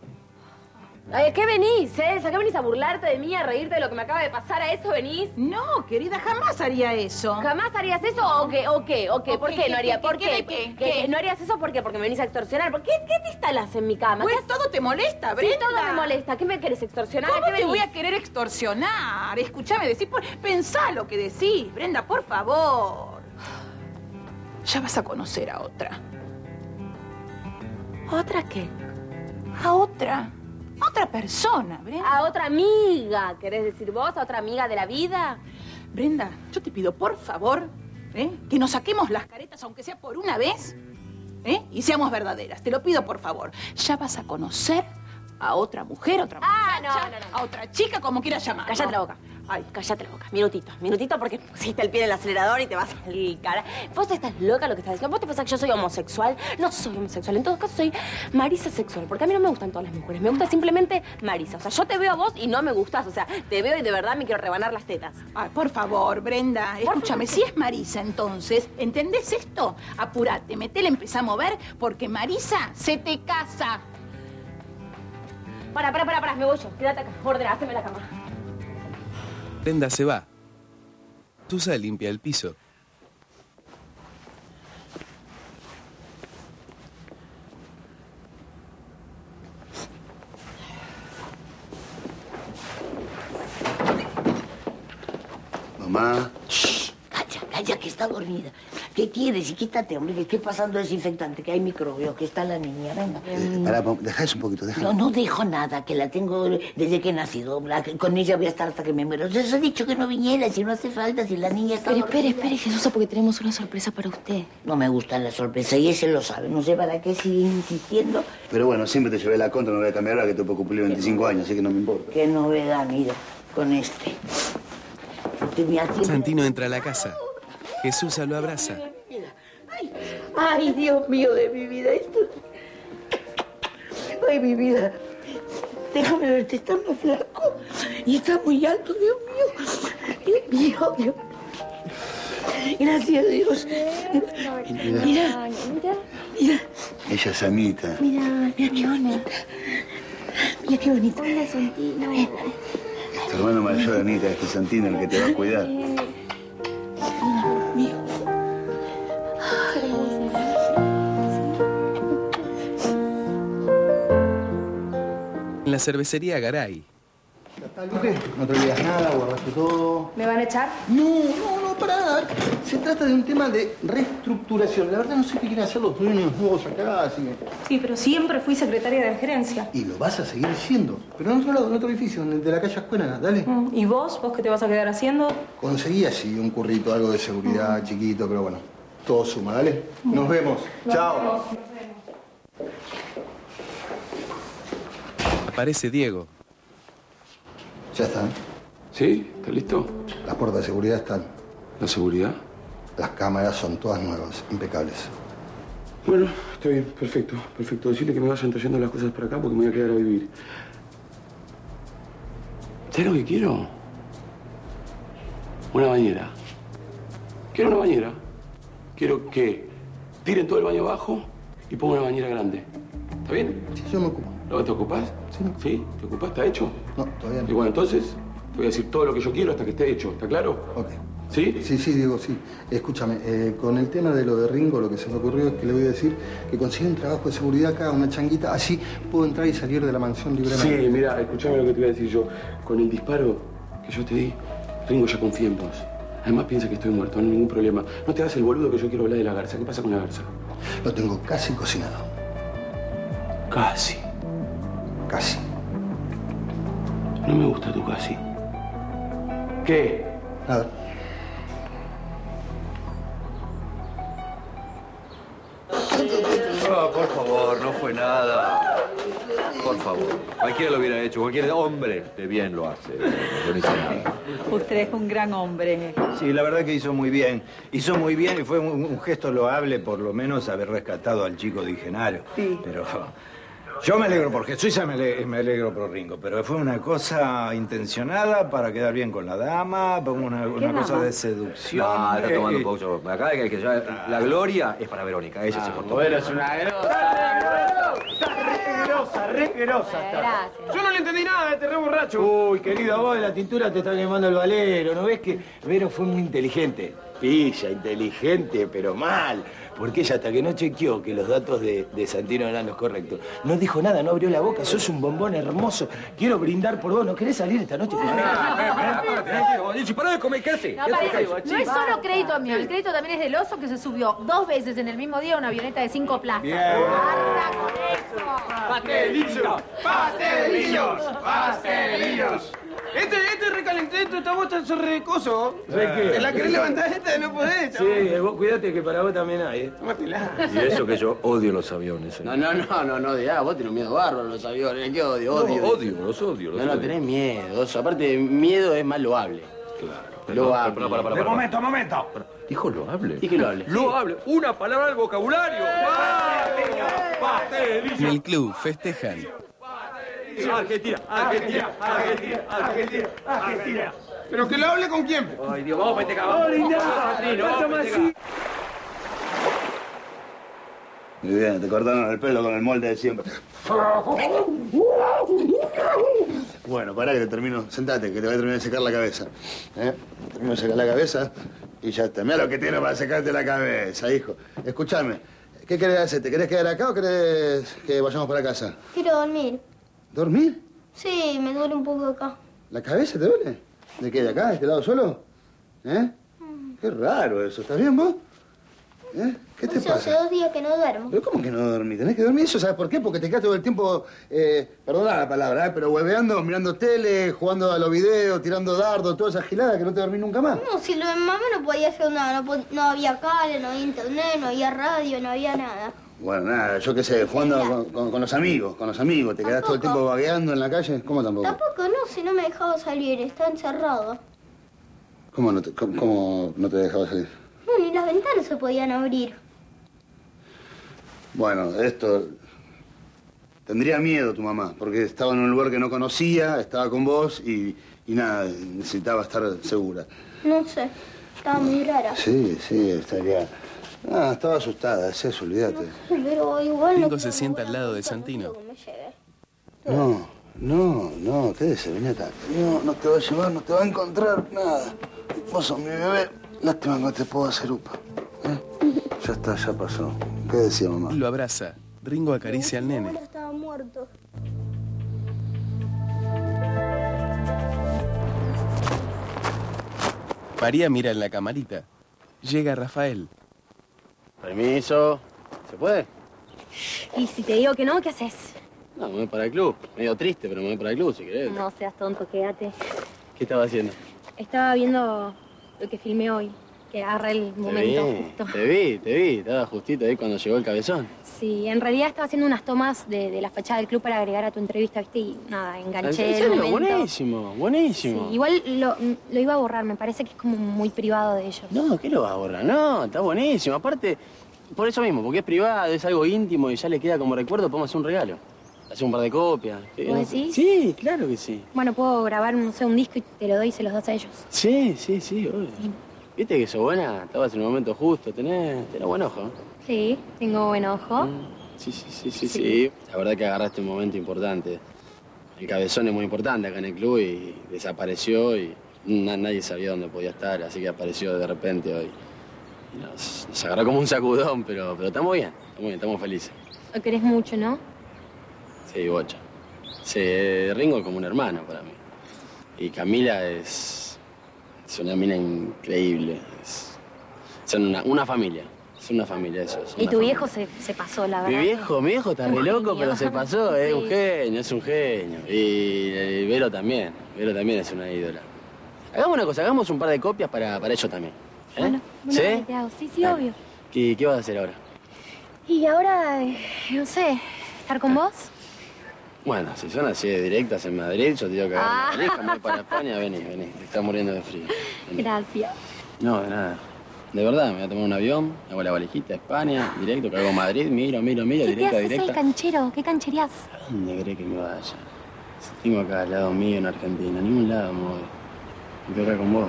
[SPEAKER 5] Ay, ¿a qué venís, eh? ¿A qué venís a burlarte de mí, a reírte de lo que me acaba de pasar? ¿A eso venís?
[SPEAKER 12] No, querida, jamás haría eso.
[SPEAKER 5] ¿Jamás harías eso o qué? ¿O qué? ¿O qué? ¿Por
[SPEAKER 12] ¿O
[SPEAKER 5] qué
[SPEAKER 12] qué,
[SPEAKER 5] no
[SPEAKER 12] qué,
[SPEAKER 5] haría?
[SPEAKER 12] qué,
[SPEAKER 5] ¿Por
[SPEAKER 12] qué,
[SPEAKER 5] qué?
[SPEAKER 12] de qué,
[SPEAKER 5] ¿Qué-
[SPEAKER 12] qué?
[SPEAKER 5] ¿No harías eso porque porque me venís a extorsionar? ¿Por qué, qué te instalás en mi cama?
[SPEAKER 12] Pues
[SPEAKER 5] ¿Qué haces?
[SPEAKER 12] todo te molesta,
[SPEAKER 5] Sí, todo
[SPEAKER 12] Brenda.
[SPEAKER 5] me molesta. ¿Qué me querés extorsionar?
[SPEAKER 12] ¿Cómo
[SPEAKER 5] ¿A qué
[SPEAKER 12] te
[SPEAKER 5] venís?
[SPEAKER 12] voy a querer extorsionar? Escúchame, decir, por... pensá lo que decís, Brenda, por favor. Ya vas a conocer a otra.
[SPEAKER 5] ¿Otra qué?
[SPEAKER 12] A otra. A otra persona, Brenda.
[SPEAKER 5] ¿A otra amiga? ¿Querés decir vos? ¿A otra amiga de la vida?
[SPEAKER 12] Brenda, yo te pido, por favor, ¿eh? que nos saquemos las caretas, aunque sea por una vez, ¿eh? y seamos verdaderas. Te lo pido, por favor. Ya vas a conocer a otra mujer, otra
[SPEAKER 5] Ah,
[SPEAKER 12] muchacha, a otra chica, como quieras llamar.
[SPEAKER 5] Cállate la boca. Ay, cállate la boca. Minutito, minutito porque pusiste el pie en el acelerador y te vas al cara. Vos estás loca lo que estás diciendo. Vos te pensás que yo soy homosexual. No soy homosexual. En todo caso, soy Marisa sexual. Porque a mí no me gustan todas las mujeres. Me gusta simplemente Marisa. O sea, yo te veo a vos y no me gustas. O sea, te veo y de verdad me quiero rebanar las tetas.
[SPEAKER 7] Ay, por favor, Brenda, escúchame, si es Marisa entonces, ¿entendés esto? Apurate, metele, empezá a mover, porque Marisa se te casa.
[SPEAKER 5] Para, para, para, para. Me voy yo. Quédate acá. Ordena, haceme la cama.
[SPEAKER 2] Brenda se va. Tusa limpia el piso.
[SPEAKER 9] Mamá.
[SPEAKER 16] Calla, calla, que está dormida. ¿Qué quieres? Y quítate, hombre, que estoy pasando desinfectante, que hay microbios, que está la niña, venga.
[SPEAKER 3] Eh,
[SPEAKER 7] Mm.
[SPEAKER 9] Pará, pa- dejá eso un poquito,
[SPEAKER 16] No,
[SPEAKER 9] déjala.
[SPEAKER 16] no dejo nada, que la tengo desde que he nacido. La- con ella voy a estar hasta que me muera. Les he dicho que no viniera, si no hace falta, si la niña está...
[SPEAKER 34] Pero espere,
[SPEAKER 16] dormida.
[SPEAKER 34] espere, Jesús, porque tenemos una sorpresa para usted.
[SPEAKER 16] No me gusta la sorpresa y ese lo sabe. No sé para qué sigue insistiendo.
[SPEAKER 9] Pero bueno, siempre te llevé la contra, no voy a cambiar ahora que te puedo cumplir 25 años, así que no me importa.
[SPEAKER 16] Qué novedad, mira, con este. Usted me atiende.
[SPEAKER 2] Santino entra a la casa. Jesús lo abraza.
[SPEAKER 16] Ay, Dios mío de mi vida, esto. Ay, mi vida. Déjame verte, está muy flaco y está muy alto, Dios mío. Dios mío, Dios. Gracias a Dios.
[SPEAKER 9] Mira.
[SPEAKER 16] Mira,
[SPEAKER 34] mira,
[SPEAKER 16] mira,
[SPEAKER 9] Ella es Anita.
[SPEAKER 34] mira, mira qué bonita. Mira qué bonita. Hola, Santino.
[SPEAKER 9] Tu hermano mayor, Anita, es Santino el que te va a cuidar.
[SPEAKER 2] En la cervecería Garay.
[SPEAKER 3] No te olvidas nada, guardaste todo.
[SPEAKER 7] ¿Me van a echar?
[SPEAKER 3] No, no, no, pará. Se trata de un tema de reestructuración. La verdad no sé qué quieren hacer los dueños nuevos acá, así que...
[SPEAKER 7] Sí, pero siempre fui secretaria de la gerencia.
[SPEAKER 3] Y lo vas a seguir siendo. Pero en otro lado, en otro edificio, en el de la calle Escuela, dale.
[SPEAKER 7] Mm, ¿Y vos? ¿Vos qué te vas a quedar haciendo?
[SPEAKER 3] Conseguí así un currito, algo de seguridad chiquito, pero bueno. Todo suma, dale. Mm. Nos vemos. Chao.
[SPEAKER 2] Aparece Diego.
[SPEAKER 3] Ya están.
[SPEAKER 35] ¿Sí? ¿Está listo?
[SPEAKER 3] Las puertas de seguridad están.
[SPEAKER 35] ¿La seguridad?
[SPEAKER 3] Las cámaras son todas nuevas, impecables.
[SPEAKER 35] Bueno, está bien, perfecto, perfecto. Decirle que me vayan trayendo las cosas para acá porque me voy a quedar a vivir. ¿Sabes lo que quiero? Una bañera. Quiero una bañera. Quiero que tiren todo el baño abajo y pongan una bañera grande. ¿Está bien?
[SPEAKER 3] Sí, yo me ocupo.
[SPEAKER 35] ¿No te ocupás? Sí. ¿Te ocupás? ¿Está hecho?
[SPEAKER 3] No, todavía
[SPEAKER 35] Y bueno, entonces te voy a decir todo lo que yo quiero hasta que esté hecho. ¿Está claro?
[SPEAKER 3] Ok.
[SPEAKER 35] ¿Sí?
[SPEAKER 3] Sí, sí, Diego, sí. Escúchame, eh, con el tema de lo de Ringo, lo que se me ocurrió es que le voy a decir que consigue un trabajo de seguridad acá, una changuita, así puedo entrar y salir de la mansión libremente.
[SPEAKER 35] Sí, mira, escúchame lo que te voy a decir yo. Con el disparo que yo te di, Ringo ya confía en vos. Además piensa que estoy muerto, no hay ningún problema. No te hagas el boludo que yo quiero hablar de la garza. ¿Qué pasa con la garza?
[SPEAKER 3] Lo tengo casi cocinado.
[SPEAKER 35] Casi.
[SPEAKER 3] Casi.
[SPEAKER 35] No me gusta tu casi. ¿Qué?
[SPEAKER 3] Nada.
[SPEAKER 9] Ah, por favor, no fue nada. Por favor. Cualquiera lo hubiera hecho, cualquier hombre de bien lo hace. Yo no hice nada.
[SPEAKER 12] Usted es un gran hombre.
[SPEAKER 11] Sí, la verdad que hizo muy bien. Hizo muy bien y fue un, un gesto loable, por lo menos, haber rescatado al chico de Genaro.
[SPEAKER 12] Sí.
[SPEAKER 11] Pero yo me alegro por Jesús y me, ale- me alegro por Ringo. Pero fue una cosa intencionada para quedar bien con la dama, fue una, una cosa
[SPEAKER 9] dama?
[SPEAKER 11] de seducción.
[SPEAKER 9] No, Ah, está tomando
[SPEAKER 11] Eh,
[SPEAKER 9] un poco. Acá hay que ya- la gloria es para Verónica, ella se cortó.
[SPEAKER 35] Ah, Bueno, es una
[SPEAKER 11] Grosa, re grosa está.
[SPEAKER 13] Yo no le entendí nada, este re borracho.
[SPEAKER 11] Uy, querida, vos de la tintura te está quemando el valero. ¿No ves que Vero fue muy inteligente? Pilla, inteligente, pero mal. Porque ella hasta que no chequeó que los datos de, de Santino eran los correctos, no dijo nada, no abrió la boca. Sos un bombón hermoso. Quiero brindar por vos. ¿No querés salir esta noche conmigo?
[SPEAKER 9] Dichi, pará de comer, ¿qué hace?
[SPEAKER 14] No, pará, no es solo crédito mío, el crédito también es del oso que se subió dos veces en el mismo día a una avioneta de cinco plazas.
[SPEAKER 9] Bien.
[SPEAKER 14] ¡Arra con eso!
[SPEAKER 35] ¡Pastelillos!
[SPEAKER 14] ¡Pastelillos!
[SPEAKER 11] Este, este recalentito, esta bocha es recoso.
[SPEAKER 16] ¿Sabés qué?
[SPEAKER 11] Te la querés levantar esta, no podés.
[SPEAKER 16] Sí, eh, vos cuidate que para vos también hay, ¿eh?
[SPEAKER 11] Tómatela.
[SPEAKER 9] Y eso que yo odio los aviones. eh.
[SPEAKER 13] No, no, no, no, no, de, ah, vos tenés un miedo bárbaro a los aviones, qué odio,
[SPEAKER 9] No,
[SPEAKER 13] odio.
[SPEAKER 9] odio, los odio. Los
[SPEAKER 13] No, no,
[SPEAKER 9] odio.
[SPEAKER 13] tenés miedo, eso. Aparte, miedo es más loable. Claro. Loable.
[SPEAKER 9] Pará, pará, pará, pará.
[SPEAKER 13] momento, momento.
[SPEAKER 9] Dijo lo hable.
[SPEAKER 13] Dije lo hable.
[SPEAKER 9] Lo hable. Una palabra del vocabulario.
[SPEAKER 35] Eh,
[SPEAKER 9] eh.
[SPEAKER 2] En el club festejan.
[SPEAKER 16] Argentina, Argentina, Argentina, Argentina, Argentina.
[SPEAKER 11] Pero que lo hable con quién.
[SPEAKER 16] Ay, Dios, vamos, penteca, vamos. Argentina, vamos, penteca.
[SPEAKER 3] Muy bien, te cortaron el pelo con el molde de siempre. Bueno, pará que te termino. Sentate, que te voy a terminar de secar la cabeza. ¿Eh? Termino de secar la cabeza y ya está. Mira lo que tiene para secarte la cabeza, hijo. Escúchame, ¿qué querés hacer? ¿Te querés quedar acá o querés que vayamos para casa?
[SPEAKER 24] Quiero dormir.
[SPEAKER 3] ¿Dormir?
[SPEAKER 24] Sí, me duele un poco acá.
[SPEAKER 3] ¿La cabeza te duele? ¿De qué? ¿De acá? ¿De este lado solo? ¿Eh? Qué raro eso. ¿Estás bien vos? ¿Eh? ¿Qué te
[SPEAKER 24] Pues Yo hace
[SPEAKER 3] pasa?
[SPEAKER 24] dos días que no duermo.
[SPEAKER 3] ¿Pero cómo que no dormí? Tenés que dormir eso, ¿sabes por qué? Porque te quedas todo el tiempo, eh, perdona la palabra, eh, pero hueveando, mirando tele, jugando a los videos, tirando dardos, todas esas giladas que no te dormí nunca más.
[SPEAKER 24] No, si lo de mi mamá no podía hacer nada. No, po- no había cable, no había internet, no había radio, no había nada.
[SPEAKER 3] Bueno, nada, yo qué sé, jugando con, con- con los amigos, con los amigos, te quedás todo el tiempo vagueando en la calle, ¿cómo tampoco?
[SPEAKER 24] Tampoco, no, si no me dejaba salir, estaba encerrado.
[SPEAKER 3] ¿Cómo no te, cómo, cómo no te dejaba salir?
[SPEAKER 24] No, ni las ventanas se podían abrir.
[SPEAKER 3] Bueno, esto... Tendría miedo tu mamá, porque estaba en un lugar que no conocía, estaba con vos y, y nada, necesitaba estar segura.
[SPEAKER 24] No sé, estaba muy rara.
[SPEAKER 3] Sí, sí, estaría... Ah, estaba asustada, es eso, olvídate.
[SPEAKER 24] Pero igual no
[SPEAKER 2] Pingo se sienta al lado de Santino.
[SPEAKER 24] me lleve.
[SPEAKER 3] No, no, no, quédese, vení acá. No, no te va a llevar, no te va a encontrar nada. Vos sos mi bebé. Lástima que no te puedo hacer upa. ¿eh? Ya está, ya pasó. ¿Qué decía mamá?
[SPEAKER 2] Lo abraza. Ringo acaricia al nene.
[SPEAKER 24] Estaba muerto.
[SPEAKER 2] María mira en la camarita. Llega Rafael.
[SPEAKER 13] Permiso. ¿Se puede?
[SPEAKER 5] Y si te digo que no, ¿qué haces?
[SPEAKER 13] No, me voy para el club. Medio triste, pero me voy para el club si querés.
[SPEAKER 5] No seas tonto, quédate.
[SPEAKER 13] ¿Qué estaba haciendo?
[SPEAKER 5] Estaba viendo lo que filmé hoy, que agarra el momento
[SPEAKER 13] te
[SPEAKER 5] justo.
[SPEAKER 13] vi, te vi, te vi. Estaba justito ahí cuando llegó el cabezón.
[SPEAKER 5] Sí, en realidad estaba haciendo unas tomas de, de la fachada del club para agregar a tu entrevista, ¿viste? Y nada, enganché
[SPEAKER 13] ¿En
[SPEAKER 5] el
[SPEAKER 13] serio?
[SPEAKER 5] momento.
[SPEAKER 13] Buenísimo,
[SPEAKER 5] Sí,
[SPEAKER 13] buenísimo.
[SPEAKER 5] igual lo, lo iba a borrar, me parece que es como muy privado de ellos.
[SPEAKER 13] No, ¿qué lo vas a borrar? No, está buenísimo. Aparte, por eso mismo, porque es privado, es algo íntimo y ya le queda como recuerdo, podemos hacer un regalo. Hacer un par de copias.
[SPEAKER 5] ¿Vos decís?
[SPEAKER 13] Sí, claro que sí.
[SPEAKER 5] Bueno, puedo grabar, no sé, un disco y te lo doy y se los das a ellos.
[SPEAKER 13] Sí, sí, sí, obvio. Viste que sos buena, estabas en el momento justo, tenés, tenés buen ojo.
[SPEAKER 5] Sí, tengo buen ojo.
[SPEAKER 13] Mm. Sí, sí, sí, sí, sí. La verdad que agarraste un momento importante. El cabezón es muy importante acá en el club y desapareció y na- nadie sabía dónde podía estar, así que apareció de repente hoy. Y Nos, nos agarró como un sacudón, pero, pero estamos bien, estamos bien, estamos felices.
[SPEAKER 5] Lo querés mucho, ¿no?
[SPEAKER 13] Sí, bocha. Sí, eh, Ringo es como un hermano para mí. Y Camila es. es una mina increíble. Es- son una, una familia. Es una familia, eso. es
[SPEAKER 5] Y
[SPEAKER 13] una
[SPEAKER 5] tu
[SPEAKER 13] familia.
[SPEAKER 5] viejo se, se pasó, la verdad.
[SPEAKER 13] Mi viejo, mi viejo está re loco, pero se pasó, es un genio, es un genio. Y, eh, Vero también, Vero también es una ídola. Hagamos una cosa, hagamos un par de copias para, para ellos también. ¿eh?
[SPEAKER 5] Bueno, bueno,
[SPEAKER 13] ¿Sí?
[SPEAKER 5] te hago. Sí, sí, obvio.
[SPEAKER 13] ¿Y qué vas a hacer ahora?
[SPEAKER 5] Y ahora, eh, no sé, estar
[SPEAKER 13] Ah,
[SPEAKER 5] con vos.
[SPEAKER 13] Bueno, si son así de directas en Madrid, yo te digo que
[SPEAKER 5] Ah.
[SPEAKER 13] hagas una valija, me voy para España, vení, vení, te estás muriendo de frío.
[SPEAKER 5] Gracias.
[SPEAKER 13] No, de nada. De verdad, me voy a tomar un avión, hago la valijita a España, directo, cargo a Madrid, miro, miro, miro,
[SPEAKER 5] ¿Qué te
[SPEAKER 13] directa,
[SPEAKER 5] haces el
[SPEAKER 13] directa.
[SPEAKER 5] canchero? ¿Qué cancherías?
[SPEAKER 13] ¿Dónde cree que me vaya? Si tengo acá al lado mío en Argentina, ningún lado me voy. Me quedo acá con vos.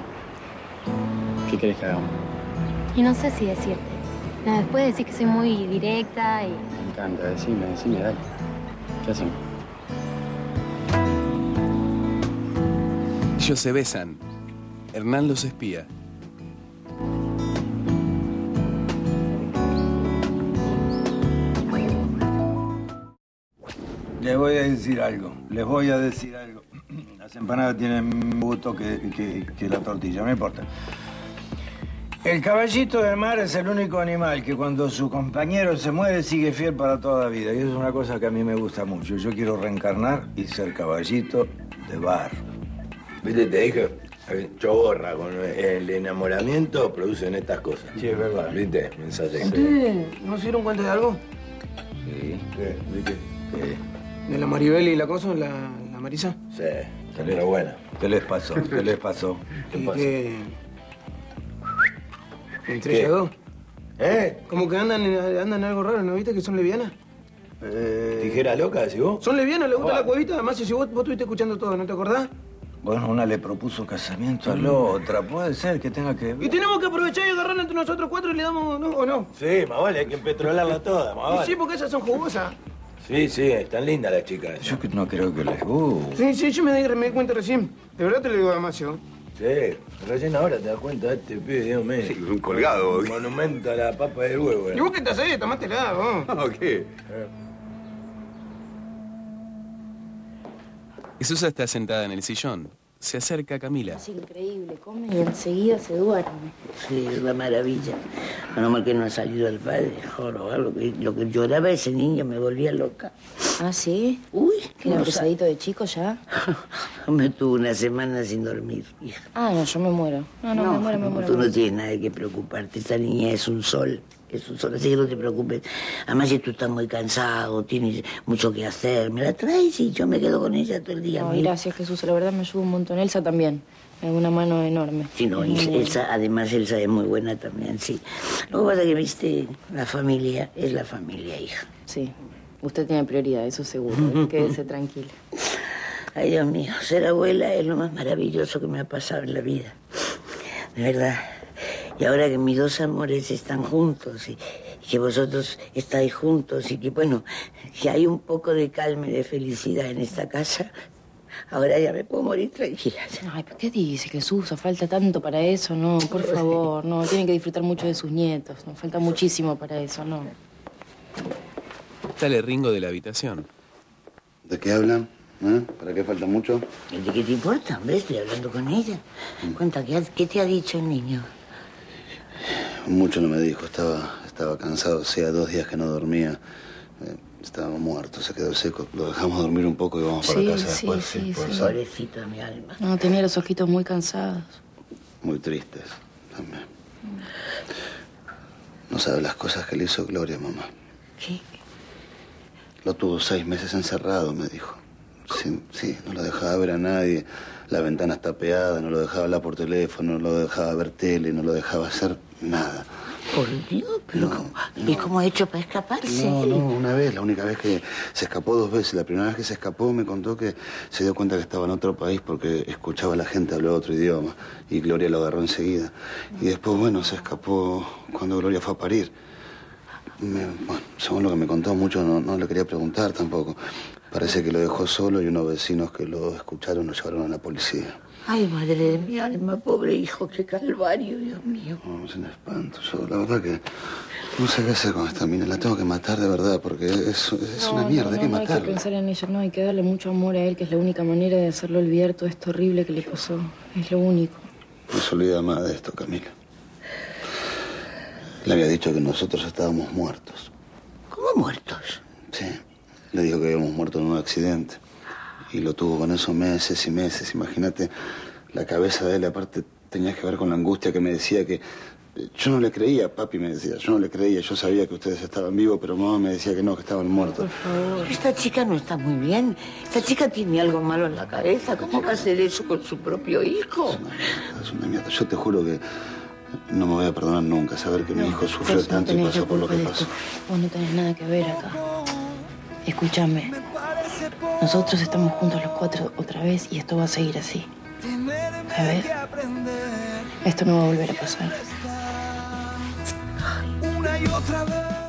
[SPEAKER 13] ¿Qué querés que hagamos?
[SPEAKER 5] Y no sé si decirte. No, después decís que soy muy directa y...
[SPEAKER 13] Me encanta, decime, decime, dale. ¿Qué hacemos?
[SPEAKER 2] Ellos se besan. Hernán los espía.
[SPEAKER 3] Les voy a decir algo, les voy a decir algo. Las empanadas tienen gusto que, que- que la tortilla, no importa. El caballito del mar es el único animal que cuando su compañero se muere sigue fiel para toda la vida. Y eso es una cosa que a mí me gusta mucho. Yo quiero reencarnar y ser caballito de bar.
[SPEAKER 9] Viste, te dije, eh, choborra, con el enamoramiento producen estas cosas. Sí, es verdad. Viste, mensaje.
[SPEAKER 11] ¿Ustedes no se dieron cuenta de algo?
[SPEAKER 9] Sí. ¿Viste? Sí.
[SPEAKER 11] ¿De la Maribel y la cosa, la, la Marisa?
[SPEAKER 9] Sí. Pero buena. ¿Qué les pasó? ¿Qué les pasó? ¿Qué
[SPEAKER 11] ¿Y
[SPEAKER 9] pasó?
[SPEAKER 11] que... ¿Entre ellas dos?
[SPEAKER 9] ¿Eh?
[SPEAKER 11] Como que andan, en- andan en algo raro, ¿no viste que son levianas?
[SPEAKER 9] Eh, ¿Tijera loca, decís vos?
[SPEAKER 11] Son levianas, les gusta
[SPEAKER 9] Ah.
[SPEAKER 11] la cuevita, además si vos, vos estuviste escuchando todo, ¿no te acordás? Mm.
[SPEAKER 36] Bueno, una le propuso casamiento a la otra. Puede ser que tenga que ver.
[SPEAKER 11] Y tenemos que aprovechar y agarrar entre nosotros cuatro y le damos, ¿no? ¿O no?
[SPEAKER 9] Sí, más vale, hay que empetrolarla toda, más
[SPEAKER 11] Y sí,
[SPEAKER 9] vale.
[SPEAKER 11] porque ellas son jugosas.
[SPEAKER 9] Sí, sí, están lindas las chicas. Yo
[SPEAKER 36] no creo que les guste.
[SPEAKER 11] Sí, sí, yo me, di- me di cuenta recién. De verdad te lo digo, Damasio.
[SPEAKER 9] Sí, recién ahora te das cuenta, este pibe, Dios mío. un
[SPEAKER 11] colgado.
[SPEAKER 9] Monumento a la papa del huevo. eh.
[SPEAKER 11] ¿Y vos qué te haces? Tomátela, vos.
[SPEAKER 9] qué?
[SPEAKER 2] Jesús está sentada en el sillón. Se acerca a Camila.
[SPEAKER 5] Es increíble, come y enseguida se duerme.
[SPEAKER 16] Sí, es una maravilla. Menos mal que no ha salido el padre, joro, algo que lo que lloraba ese niño me volvía loca.
[SPEAKER 5] ¿Ah, sí?
[SPEAKER 16] Uy,
[SPEAKER 5] ¿Era pesadito de chico ya?
[SPEAKER 16] Me tuve una semana sin dormir, hija.
[SPEAKER 5] Ah, no, yo me muero. No, no, me muero, me muero.
[SPEAKER 16] Tú
[SPEAKER 5] me
[SPEAKER 16] no
[SPEAKER 5] muero.
[SPEAKER 16] tienes nada que preocuparte, esta niña es un sol. Es un sol, así que no te preocupes. Además, si tú estás muy cansado, tienes mucho que hacer, me la traes y yo me quedo con ella todo el día.
[SPEAKER 5] No,
[SPEAKER 16] mira.
[SPEAKER 5] gracias, Jesús. La verdad me ayuda un montón. Elsa también. Me da una mano enorme.
[SPEAKER 16] Sí, no, y Elsa, además Elsa es muy buena también, sí. Lo que pasa es que, viste, la familia es la familia, hija.
[SPEAKER 5] Sí. Usted tiene prioridad, eso seguro. ¿eh? Quédese tranquila.
[SPEAKER 16] Ay, Dios mío, ser abuela es lo más maravilloso que me ha pasado en la vida. De verdad. Y ahora que mis dos amores están juntos y, y que vosotros estáis juntos y que, bueno, que hay un poco de calma y de felicidad en esta casa, ahora ya me puedo morir tranquila.
[SPEAKER 5] Ay, ¿pero qué dice, Jesús? Falta tanto para eso, no, por favor, no. Tienen que disfrutar mucho de sus nietos, no falta muchísimo para eso, no.
[SPEAKER 2] Sale Ringo de la habitación.
[SPEAKER 37] ¿De qué hablan? ¿Eh? ¿Para qué falta mucho?
[SPEAKER 16] ¿De qué te importa, hombre? Estoy hablando con ella.
[SPEAKER 3] Mm.
[SPEAKER 16] Cuenta, ¿qué, ha- qué te ha dicho el niño?
[SPEAKER 3] Mucho no me dijo, estaba, estaba cansado, hacía dos días que no dormía. Eh, estaba muerto, se quedó seco. Lo dejamos dormir un poco y vamos para
[SPEAKER 5] Sí,
[SPEAKER 3] casa
[SPEAKER 5] sí,
[SPEAKER 3] después.
[SPEAKER 5] sí,
[SPEAKER 3] por
[SPEAKER 5] sí.
[SPEAKER 3] favor.
[SPEAKER 16] Pobrecito de mi alma.
[SPEAKER 5] No, tenía los ojitos muy cansados.
[SPEAKER 3] Muy tristes también. No sabe las cosas que le hizo Gloria, mamá.
[SPEAKER 16] ¿Qué?
[SPEAKER 3] Lo tuvo seis meses encerrado, me dijo. Sí, sí, no lo dejaba ver a nadie. La ventana está peada, no lo dejaba hablar por teléfono, no lo dejaba ver tele, no lo dejaba hacer nada.
[SPEAKER 16] Por Dios, pero ¿cómo, ¿y cómo ha hecho para
[SPEAKER 5] Ah,
[SPEAKER 16] escaparse?
[SPEAKER 3] No, no, una vez, la única vez que se escapó dos veces. La primera vez que se escapó me contó que se dio cuenta que estaba en otro país porque escuchaba a la gente hablar otro idioma y Gloria lo agarró enseguida. Y después, bueno, se escapó cuando Gloria fue a parir. Me- bueno, según lo que me contó mucho, no, no le quería preguntar tampoco. Parece que lo dejó solo y unos vecinos que lo escucharon lo llevaron a la policía.
[SPEAKER 16] Ay, madre de mi alma, pobre hijo, qué calvario, Dios mío.
[SPEAKER 3] No, es un espanto. Yo, la verdad que no sé qué hacer con esta mina. La tengo que matar de verdad porque es, es
[SPEAKER 5] No,
[SPEAKER 3] una mierda,
[SPEAKER 5] no,
[SPEAKER 3] hay que
[SPEAKER 5] no, no hay que
[SPEAKER 3] matarla.
[SPEAKER 5] pensar en ella, no, hay que darle mucho amor a él, que es la única manera de hacerlo olvidar todo esto horrible que le pasó. Es lo único.
[SPEAKER 3] No se olvida más de esto, Camila. Le había dicho que nosotros estábamos muertos.
[SPEAKER 16] ¿Cómo muertos?
[SPEAKER 3] Sí. Le dijo que habíamos muerto en un accidente. Y lo tuvo con eso meses y meses. Imagínate la cabeza de él. Aparte, tenías que ver con la angustia que me decía que. eh, Yo no le creía, papi me decía. Yo no le creía. Yo sabía que ustedes estaban vivos, pero mamá me decía que no, que estaban muertos.
[SPEAKER 16] Pero Esta chica no está muy bien. Esta chica tiene algo malo en la cabeza. ¿Cómo va a hacer eso con su propio hijo?
[SPEAKER 3] Es una mierda. Yo te juro que no me voy a perdonar nunca saber que mi hijo sufrió
[SPEAKER 5] Pues, no
[SPEAKER 3] tanto y
[SPEAKER 5] tenés
[SPEAKER 3] pasó
[SPEAKER 5] la
[SPEAKER 3] por lo
[SPEAKER 5] culpa
[SPEAKER 3] que
[SPEAKER 5] de
[SPEAKER 3] pasó.
[SPEAKER 5] esto. Vos no tenés nada que ver acá. Escúchame. Nosotros estamos juntos los cuatro otra vez y esto va a seguir así. ¿Sabes? Esto no va a volver a pasar.
[SPEAKER 38] Una y otra vez.